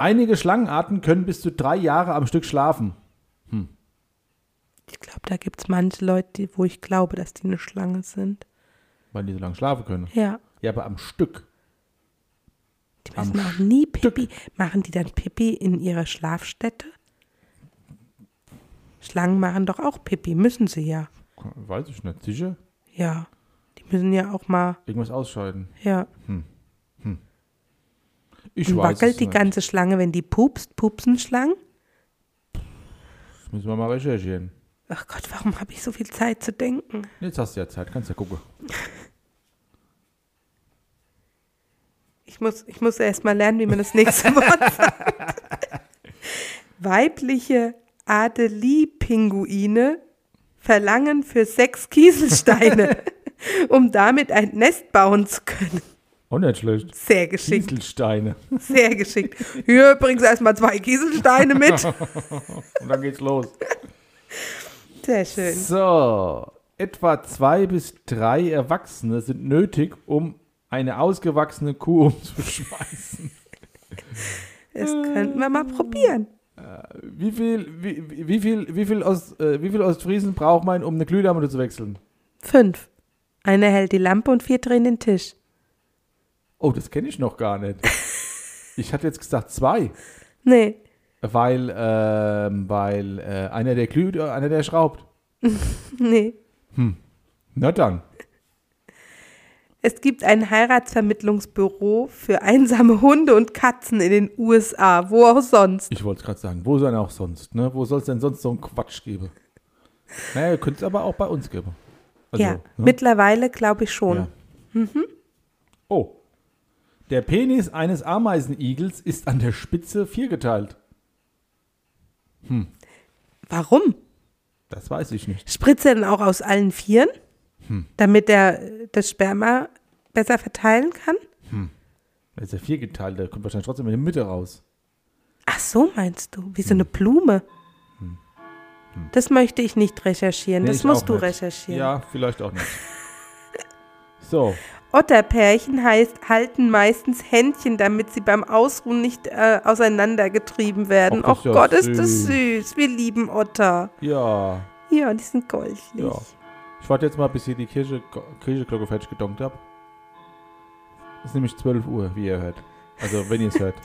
[SPEAKER 3] Einige Schlangenarten können bis zu drei Jahre am Stück schlafen.
[SPEAKER 2] Ich glaube, da gibt es manche Leute, die, wo ich glaube, dass die eine Schlange sind.
[SPEAKER 3] Weil die so lange schlafen können.
[SPEAKER 2] Ja.
[SPEAKER 3] Ja, aber am Stück.
[SPEAKER 2] Die
[SPEAKER 3] Am
[SPEAKER 2] müssen auch nie Pipi. Machen die dann Pipi in ihrer Schlafstätte? Schlangen machen doch auch Pipi, müssen sie ja.
[SPEAKER 3] Weiß ich nicht. Sicher?
[SPEAKER 2] Ja. Die müssen ja auch mal,
[SPEAKER 3] Irgendwas ausscheiden.
[SPEAKER 2] ja.
[SPEAKER 3] Ich
[SPEAKER 2] Und
[SPEAKER 3] weiß es
[SPEAKER 2] wackelt die
[SPEAKER 3] nicht.
[SPEAKER 2] ganze Schlange, wenn die pupst, pupsen Schlangen?
[SPEAKER 3] Das müssen wir mal recherchieren.
[SPEAKER 2] Ach Gott, warum habe ich so viel Zeit zu denken?
[SPEAKER 3] Jetzt hast du ja Zeit, kannst ja gucken.
[SPEAKER 2] Ich muss, ich muss erst mal lernen, wie man
[SPEAKER 3] *laughs*
[SPEAKER 2] das nächste Wort sagt. Weibliche Adelie-Pinguine verlangen für
[SPEAKER 3] *laughs*
[SPEAKER 2] sechs Kieselsteine, um damit ein Nest bauen zu können.
[SPEAKER 3] Auch nicht schlecht.
[SPEAKER 2] Sehr geschickt,
[SPEAKER 3] Kieselsteine.
[SPEAKER 2] sehr geschickt. Hier bringst du erst mal zwei Kieselsteine
[SPEAKER 3] *laughs*
[SPEAKER 2] mit.
[SPEAKER 3] Und dann geht's los.
[SPEAKER 2] Sehr schön.
[SPEAKER 3] So, etwa zwei bis drei Erwachsene sind nötig, um eine ausgewachsene Kuh *laughs* umzuschmeißen.
[SPEAKER 2] Das könnten wir mal probieren.
[SPEAKER 3] Wie viel, wie, wie- wie viel, wie viel, Ost, äh, wie viel Ostfriesen braucht man, um eine Glühlampe zu wechseln?
[SPEAKER 2] Fünf. Einer hält die Lampe und vier drehen den Tisch.
[SPEAKER 3] Oh, das kenne ich noch gar nicht. Ich hatte jetzt gesagt zwei,
[SPEAKER 2] Nee,
[SPEAKER 3] weil, ähm, weil äh, einer der glüht, äh, einer der schraubt.
[SPEAKER 2] nee.
[SPEAKER 3] Na dann.
[SPEAKER 2] Es gibt ein Heiratsvermittlungsbüro für einsame Hunde und Katzen in den USA, wo auch sonst.
[SPEAKER 3] Ich wollte es gerade sagen, wo soll denn auch sonst, ne? Wo soll es denn sonst so einen Quatsch geben? Naja, ihr könnt es aber auch bei uns geben. Also,
[SPEAKER 2] ja,
[SPEAKER 3] ne?
[SPEAKER 2] mittlerweile glaube ich schon.
[SPEAKER 3] Ja. Oh. Der Penis eines Ameisenigels ist an der Spitze viergeteilt.
[SPEAKER 2] Warum?
[SPEAKER 3] Das weiß ich nicht.
[SPEAKER 2] Spritzt er denn auch aus allen Vieren,
[SPEAKER 3] Hm.
[SPEAKER 2] damit er äh, das Sperma besser verteilen kann?
[SPEAKER 3] Das ist ja viergeteilt, da kommt wahrscheinlich trotzdem in der Mitte raus.
[SPEAKER 2] Ach so, meinst du? Wie so
[SPEAKER 3] Hm.
[SPEAKER 2] eine Blume. Das möchte ich nicht recherchieren.
[SPEAKER 3] Nee,
[SPEAKER 2] das
[SPEAKER 3] ich auch
[SPEAKER 2] musst du
[SPEAKER 3] nicht.
[SPEAKER 2] recherchieren.
[SPEAKER 3] Ja, vielleicht auch nicht. so,
[SPEAKER 2] Otterpärchen heißt, halten meistens Händchen, damit sie beim Ausruhen nicht äh, auseinandergetrieben werden.
[SPEAKER 3] Ach, das ist
[SPEAKER 2] Och
[SPEAKER 3] ja
[SPEAKER 2] Gott, ist das
[SPEAKER 3] süß.
[SPEAKER 2] süß. Wir lieben Otter.
[SPEAKER 3] ja,
[SPEAKER 2] Ja, die sind goldig. *laughs*
[SPEAKER 3] ja. Ich warte jetzt mal, bis hier die Kirche, Kirchenglocke fertig gedonkt habe. Ist nämlich 12 Uhr, wie ihr hört. Also, wenn ihr *laughs* es hört.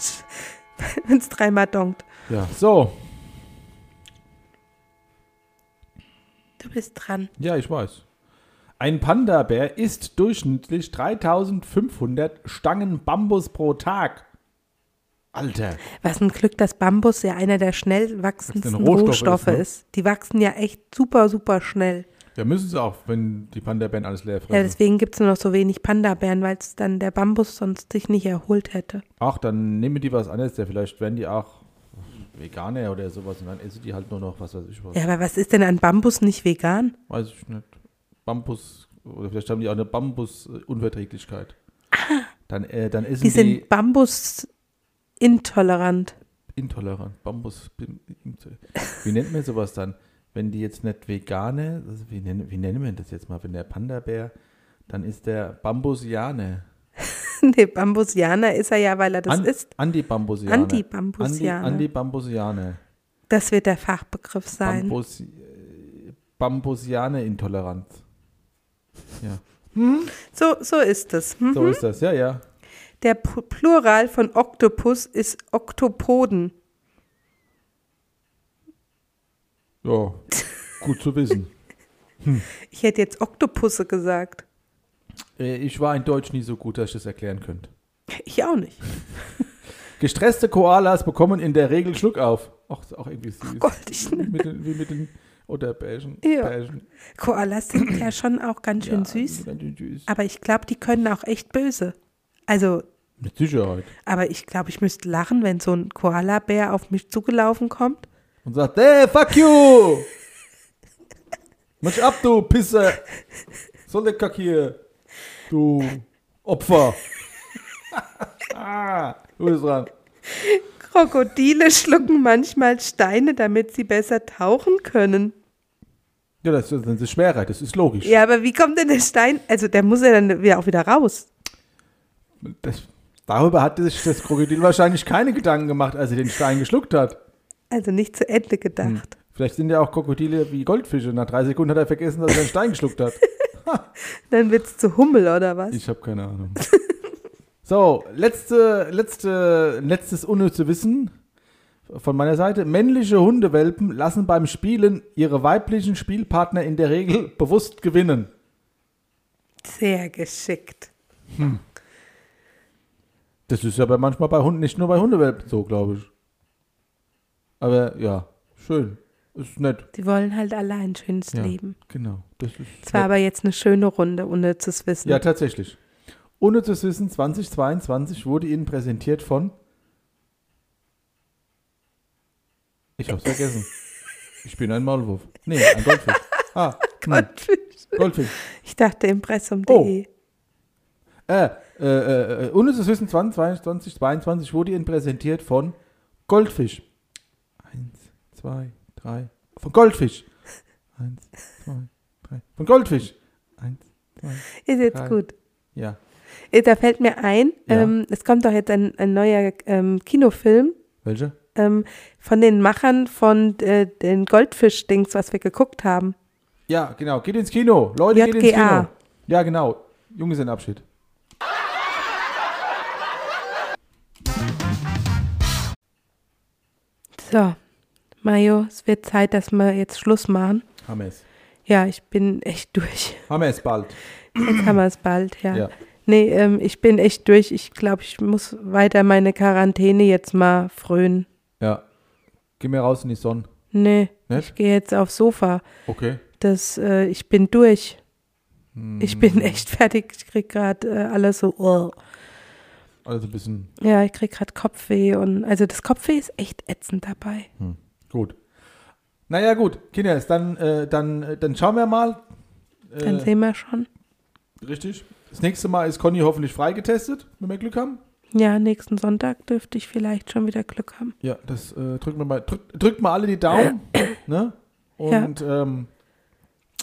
[SPEAKER 2] Wenn es dreimal donkt.
[SPEAKER 3] Ja, so.
[SPEAKER 2] Du bist dran.
[SPEAKER 3] Ja, ich weiß. Ein Panda-Bär isst durchschnittlich 3500 Stangen Bambus pro Tag. Alter.
[SPEAKER 2] Was ein Glück, dass Bambus ja einer der schnell wachsendsten
[SPEAKER 3] Dass der ein Rohstoff
[SPEAKER 2] Rohstoffe
[SPEAKER 3] ist, ne?
[SPEAKER 2] ist. Die wachsen ja echt super, super schnell.
[SPEAKER 3] Ja, müssen sie auch, wenn die Panda-Bären alles leer
[SPEAKER 2] Ja,
[SPEAKER 3] fressen.
[SPEAKER 2] deswegen gibt es nur noch so wenig Panda-Bären, weil es dann der Bambus sonst sich nicht erholt hätte.
[SPEAKER 3] Ach, dann nehmen die was anderes, der vielleicht werden die auch Veganer oder sowas und dann essen die halt nur noch, was weiß ich was.
[SPEAKER 2] Ja, aber was ist denn an Bambus nicht vegan?
[SPEAKER 3] Weiß ich nicht. Bambus, oder vielleicht haben die auch eine
[SPEAKER 2] *laughs*
[SPEAKER 3] Bambus-Unverträglichkeit. Dann, äh, dann essen die,
[SPEAKER 2] Die sind Bambus intolerant.
[SPEAKER 3] intolerant. Bambus. Wie nennt man sowas dann? Wenn die jetzt nicht vegane, also wie, nennen, wie nennen wir das jetzt mal? Wenn der Panda-Bär, dann ist der Bambusiane.
[SPEAKER 2] *laughs* nee, Bambusianer ist er ja, weil er das
[SPEAKER 3] An-
[SPEAKER 2] ist.
[SPEAKER 3] Anti-Bambusiane.
[SPEAKER 2] Anti-Bambusiane.
[SPEAKER 3] Anti- Anti-Bambusiane.
[SPEAKER 2] Das wird der Fachbegriff sein.
[SPEAKER 3] Bambus, äh, Bambusiane-Intoleranz. Ja,
[SPEAKER 2] So, so ist es. Hm?
[SPEAKER 3] so ist das. Ja, ja.
[SPEAKER 2] Der Pu- Plural von Oktopus ist Oktopoden. *laughs*
[SPEAKER 3] Ja, gut zu wissen.
[SPEAKER 2] Ich hätte jetzt Oktopusse gesagt.
[SPEAKER 3] Äh, Ich war in Deutsch nie so gut, dass ich das erklären könnte.
[SPEAKER 2] Ich
[SPEAKER 3] *laughs*
[SPEAKER 2] auch nicht.
[SPEAKER 3] Gestresste Koalas bekommen in der Regel Schluck auf. Ach, ist auch irgendwie süß.
[SPEAKER 2] Gott, ich
[SPEAKER 3] wie, mit den, wie mit den Otterbärchen.
[SPEAKER 2] Ja.
[SPEAKER 3] Bärchen.
[SPEAKER 2] Koalas sind ja schon auch ganz schön
[SPEAKER 3] Ja,
[SPEAKER 2] süß.
[SPEAKER 3] ganz schön süß.
[SPEAKER 2] Aber ich glaube, die können auch echt böse. Also,
[SPEAKER 3] Mit Sicherheit.
[SPEAKER 2] aber ich glaube, ich müsste lachen, wenn so ein Koalabär auf mich zugelaufen kommt.
[SPEAKER 3] Und sagt, hey, fuck
[SPEAKER 2] *laughs*
[SPEAKER 3] you! Mach ab, du Pisse! Soll der Kack hier! Du
[SPEAKER 2] *laughs*
[SPEAKER 3] Opfer! ah, du bist dran.
[SPEAKER 2] Krokodile *laughs* schlucken manchmal Steine, damit sie besser tauchen können.
[SPEAKER 3] Ja, das ist eine Schwerheit, das ist logisch.
[SPEAKER 2] Ja, aber wie kommt denn der Stein? Also, der muss ja dann wieder auch wieder raus.
[SPEAKER 3] Das, darüber hat sich das Krokodil wahrscheinlich keine Gedanken gemacht, als er den Stein geschluckt hat.
[SPEAKER 2] Also nicht zu Ende gedacht.
[SPEAKER 3] Vielleicht sind ja auch Krokodile wie Goldfische. Nach drei Sekunden hat er vergessen, dass er einen Stein geschluckt hat.
[SPEAKER 2] Dann wird's zu Hummel oder was?
[SPEAKER 3] *laughs* Hm. Ich habe keine Ahnung. *laughs* So, letzte, letzte, letztes unnütze Wissen von meiner Seite. Männliche Hundewelpen lassen beim Spielen ihre weiblichen Spielpartner in der Regel bewusst gewinnen.
[SPEAKER 2] Sehr geschickt.
[SPEAKER 3] Das ist aber manchmal bei Hunden, nicht nur bei Hundewelpen so, glaube ich. Aber ja, schön. Ist nett.
[SPEAKER 2] Die wollen halt alle ein schönes
[SPEAKER 3] Ja,
[SPEAKER 2] Leben.
[SPEAKER 3] Genau. Das ist
[SPEAKER 2] Es war aber jetzt eine schöne Runde, ohne zu wissen.
[SPEAKER 3] Ja, tatsächlich. Unnützes Wissen 2022 wurde Ihnen präsentiert von. Ich hab's vergessen. Ich bin ein Maulwurf. Nee, ein
[SPEAKER 2] *laughs*
[SPEAKER 3] Goldfisch. Ah, nein,
[SPEAKER 2] Goldfisch.
[SPEAKER 3] Goldfisch.
[SPEAKER 2] *laughs* Ich dachte
[SPEAKER 3] Oh.
[SPEAKER 2] impressum.de.
[SPEAKER 3] Äh, äh, äh, äh, unnützes Wissen 2022 2022 wurde Ihnen präsentiert von Goldfisch. Eins, zwei, drei. Von Goldfisch. Eins, zwei, drei. Von Goldfisch. Eins, zwei.
[SPEAKER 2] Ist jetzt
[SPEAKER 3] Drei.
[SPEAKER 2] gut.
[SPEAKER 3] Ja.
[SPEAKER 2] Äh, Da fällt mir ein,
[SPEAKER 3] Ja.
[SPEAKER 2] ähm, es kommt doch jetzt ein, ein neuer ähm, Kinofilm
[SPEAKER 3] Welche?
[SPEAKER 2] ähm, von den Machern von äh, den Goldfisch-Dings, was wir geguckt haben.
[SPEAKER 3] Ja, genau. Geht ins Kino. Leute, geht ins Kino.
[SPEAKER 2] JGA.
[SPEAKER 3] Ja, genau. Junggesellenabschied.
[SPEAKER 2] So, Mario, es wird Zeit, dass wir jetzt Schluss machen.
[SPEAKER 3] Haben wir es.
[SPEAKER 2] Ja, ich bin echt
[SPEAKER 3] *clears throat*
[SPEAKER 2] durch.
[SPEAKER 3] Haben wir es bald.
[SPEAKER 2] Jetzt haben wir es bald, ja.
[SPEAKER 3] Ja.
[SPEAKER 2] Nee, ähm, ich bin echt durch. Ich glaube, ich muss weiter meine Quarantäne jetzt mal frönen.
[SPEAKER 3] Ja. Geh mir raus in die Sonne.
[SPEAKER 2] Nee,
[SPEAKER 3] Nicht?
[SPEAKER 2] ich gehe jetzt aufs Sofa.
[SPEAKER 3] Okay.
[SPEAKER 2] Das, äh, ich bin durch. Ich bin echt fertig. Ich krieg gerade äh, alles so. Oh.
[SPEAKER 3] Also ein bisschen
[SPEAKER 2] Ja, ich krieg gerade Kopfweh und also das Kopfweh ist echt ätzend dabei.
[SPEAKER 3] gut. Naja, gut. Kinders, dann, äh, dann, äh, dann schauen wir mal. Äh,
[SPEAKER 2] Dann sehen wir schon.
[SPEAKER 3] Richtig. Das nächste Mal ist Conny hoffentlich freigetestet, wenn wir Glück haben.
[SPEAKER 2] Ja, nächsten Sonntag dürfte ich vielleicht schon wieder Glück haben.
[SPEAKER 3] Ja, das äh, drückt mal, drückt, drückt mal alle die
[SPEAKER 2] *coughs*
[SPEAKER 3] Daumen. ne? Und ähm,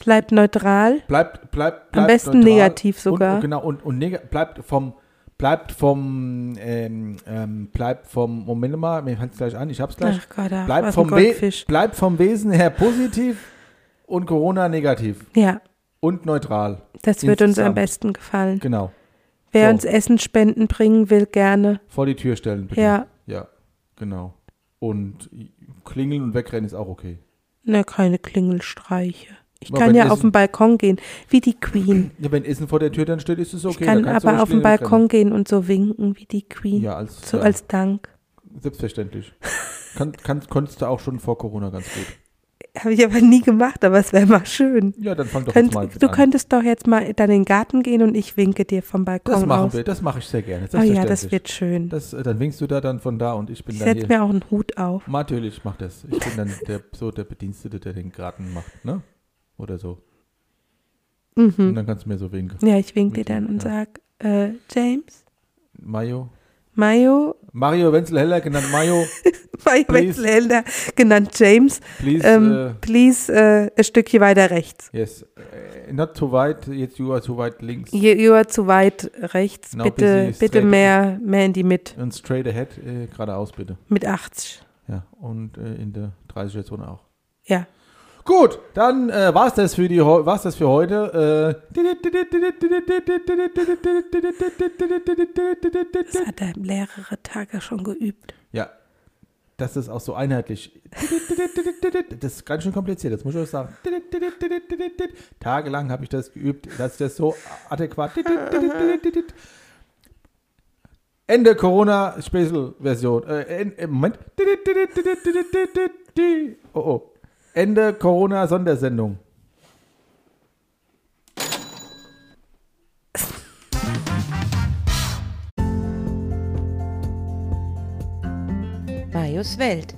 [SPEAKER 2] Bleibt neutral.
[SPEAKER 3] bleibt, bleibt, bleibt
[SPEAKER 2] Am besten
[SPEAKER 3] neutral
[SPEAKER 2] negativ sogar.
[SPEAKER 3] Und, und genau, und, und nega bleibt vom, bleibt vom, ähm, ähm, bleibt vom, Moment mal, mir fällt es gleich an, ich hab's gleich.
[SPEAKER 2] Ach Gott, ach,
[SPEAKER 3] bleibt,
[SPEAKER 2] was ein
[SPEAKER 3] vom We
[SPEAKER 2] Goldfisch.
[SPEAKER 3] bleibt vom Wesen her positiv und Corona negativ
[SPEAKER 2] Ja,
[SPEAKER 3] und neutral.
[SPEAKER 2] das wird uns am
[SPEAKER 3] Insgesamt.
[SPEAKER 2] besten gefallen.
[SPEAKER 3] Genau.
[SPEAKER 2] Wer
[SPEAKER 3] So.
[SPEAKER 2] uns Essen spenden bringen will, gerne.
[SPEAKER 3] Vor die Tür stellen, bitte.
[SPEAKER 2] Ja.
[SPEAKER 3] Ja, genau. Und klingeln und wegrennen ist auch okay.
[SPEAKER 2] Na, ne, keine Klingelstreiche. Ich
[SPEAKER 3] Aber
[SPEAKER 2] kann
[SPEAKER 3] wenn
[SPEAKER 2] ja
[SPEAKER 3] Essen-
[SPEAKER 2] auf den Balkon gehen, wie die Queen.
[SPEAKER 3] Ja, wenn Essen vor der Tür dann steht, ist es okay.
[SPEAKER 2] ich kann
[SPEAKER 3] da kannst du
[SPEAKER 2] aber
[SPEAKER 3] ruhig
[SPEAKER 2] auf den
[SPEAKER 3] klingeln und
[SPEAKER 2] Balkon gehen und so winken, wie die Queen.
[SPEAKER 3] rennen. Ja, als,
[SPEAKER 2] so
[SPEAKER 3] ja,
[SPEAKER 2] als Dank.
[SPEAKER 3] selbstverständlich. kann, kann, konntest du auch schon vor Corona ganz gut.
[SPEAKER 2] Habe ich aber nie gemacht, aber es wäre mal schön.
[SPEAKER 3] Ja, dann fang doch
[SPEAKER 2] Könnt,
[SPEAKER 3] jetzt mal
[SPEAKER 2] du
[SPEAKER 3] an.
[SPEAKER 2] könntest doch jetzt mal dann in den Garten gehen und ich winke dir vom Balkon
[SPEAKER 3] das machen
[SPEAKER 2] aus.
[SPEAKER 3] wir, das mache ich sehr gerne.
[SPEAKER 2] oh ja, das
[SPEAKER 3] selbstverständlich.
[SPEAKER 2] wird schön.
[SPEAKER 3] Das, äh, dann winkst du da dann von da und ich bin
[SPEAKER 2] ich
[SPEAKER 3] dann
[SPEAKER 2] setze
[SPEAKER 3] hier.
[SPEAKER 2] mir auch einen Hut auf.
[SPEAKER 3] Natürlich, mach das. Ich bin dann der, so der Bedienstete, der den Garten macht, ne? Oder so.
[SPEAKER 2] Mhm.
[SPEAKER 3] Und dann kannst du mir so winken.
[SPEAKER 2] Ja, ich winke dir
[SPEAKER 3] Mit
[SPEAKER 2] dann
[SPEAKER 3] ihm,
[SPEAKER 2] und
[SPEAKER 3] ja.
[SPEAKER 2] sag, äh, James,
[SPEAKER 3] Mayo.
[SPEAKER 2] Mayo, *laughs*
[SPEAKER 3] Mario Wenzel-Heller, genannt Mayo.
[SPEAKER 2] Mayo
[SPEAKER 3] Please.
[SPEAKER 2] Wechselhelder, genannt James,
[SPEAKER 3] Please,
[SPEAKER 2] ähm, please äh, ein Stückchen weiter rechts.
[SPEAKER 3] äh, yes. Äh, not too weit, jetzt you are too weit links.
[SPEAKER 2] You, you are zu weit rechts.
[SPEAKER 3] Now
[SPEAKER 2] bitte
[SPEAKER 3] busy,
[SPEAKER 2] bitte
[SPEAKER 3] straight.
[SPEAKER 2] mehr, mehr in die mit.
[SPEAKER 3] Und straight ahead, äh, geradeaus bitte.
[SPEAKER 2] Mit 80.
[SPEAKER 3] Ja, und äh, in der 30er-Zone auch.
[SPEAKER 2] Ja.
[SPEAKER 3] Gut, dann äh, war's das für die Heu- war's das für heute. Äh,
[SPEAKER 2] Das hat er mehrere Tage schon geübt.
[SPEAKER 3] ja, das ist auch so einheitlich. Das ist ganz schön kompliziert, das muss ich euch sagen. Tagelang habe ich das geübt, dass ich das so adäquat. Ende Corona Special Version. Äh, en- äh, Moment. Oh, oh. Ende Corona Sondersendung.
[SPEAKER 5] Marius Welt.